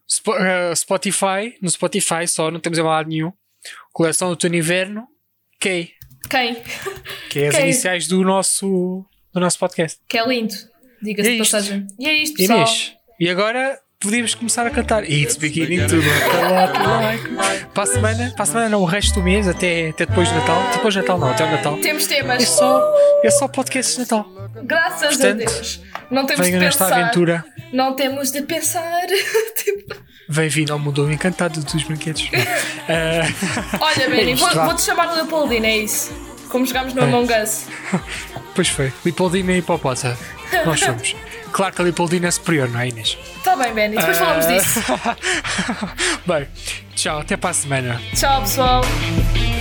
[SPEAKER 2] Spo- eh, Spotify, no Spotify só, não temos em lado nenhum. Coleção do Tony Inverno, K,
[SPEAKER 1] Quem?
[SPEAKER 2] que é as
[SPEAKER 1] K.
[SPEAKER 2] iniciais do nosso, do nosso podcast.
[SPEAKER 1] Que é lindo. Diga-se
[SPEAKER 2] E é
[SPEAKER 1] de
[SPEAKER 2] isto.
[SPEAKER 1] passagem. E é isto, pessoal.
[SPEAKER 2] Inês, e agora podíamos começar a cantar It's beginning to look a lot like Para a semana, para a semana não, o resto do mês Até, até depois do Natal, depois do Natal não, até o Natal
[SPEAKER 1] Temos
[SPEAKER 2] É
[SPEAKER 1] temas.
[SPEAKER 2] só, é só podcast de Natal
[SPEAKER 1] Graças a
[SPEAKER 2] Portanto,
[SPEAKER 1] Deus. Não temos de
[SPEAKER 2] Venha nesta
[SPEAKER 1] pensar.
[SPEAKER 2] aventura
[SPEAKER 1] Não temos de pensar. Tipo,
[SPEAKER 2] Bem-vindo ao mundo encantado dos brinquedos Ah,
[SPEAKER 1] Olha, Benny,
[SPEAKER 2] isto,
[SPEAKER 1] vou-
[SPEAKER 2] vá. É
[SPEAKER 1] vou-te chamar o Leopoldina, é isso. Como jogámos no
[SPEAKER 2] Bem.
[SPEAKER 1] Among Us.
[SPEAKER 2] Pois foi, Lipoldina e Hipopota Nós somos Claro que a Lipoldina é superior, não é Inês?
[SPEAKER 1] Está Tá bem, Benny.
[SPEAKER 2] Ah.
[SPEAKER 1] Depois falamos disso.
[SPEAKER 2] Bem, tchau, até para a semana
[SPEAKER 1] Tchau, pessoal.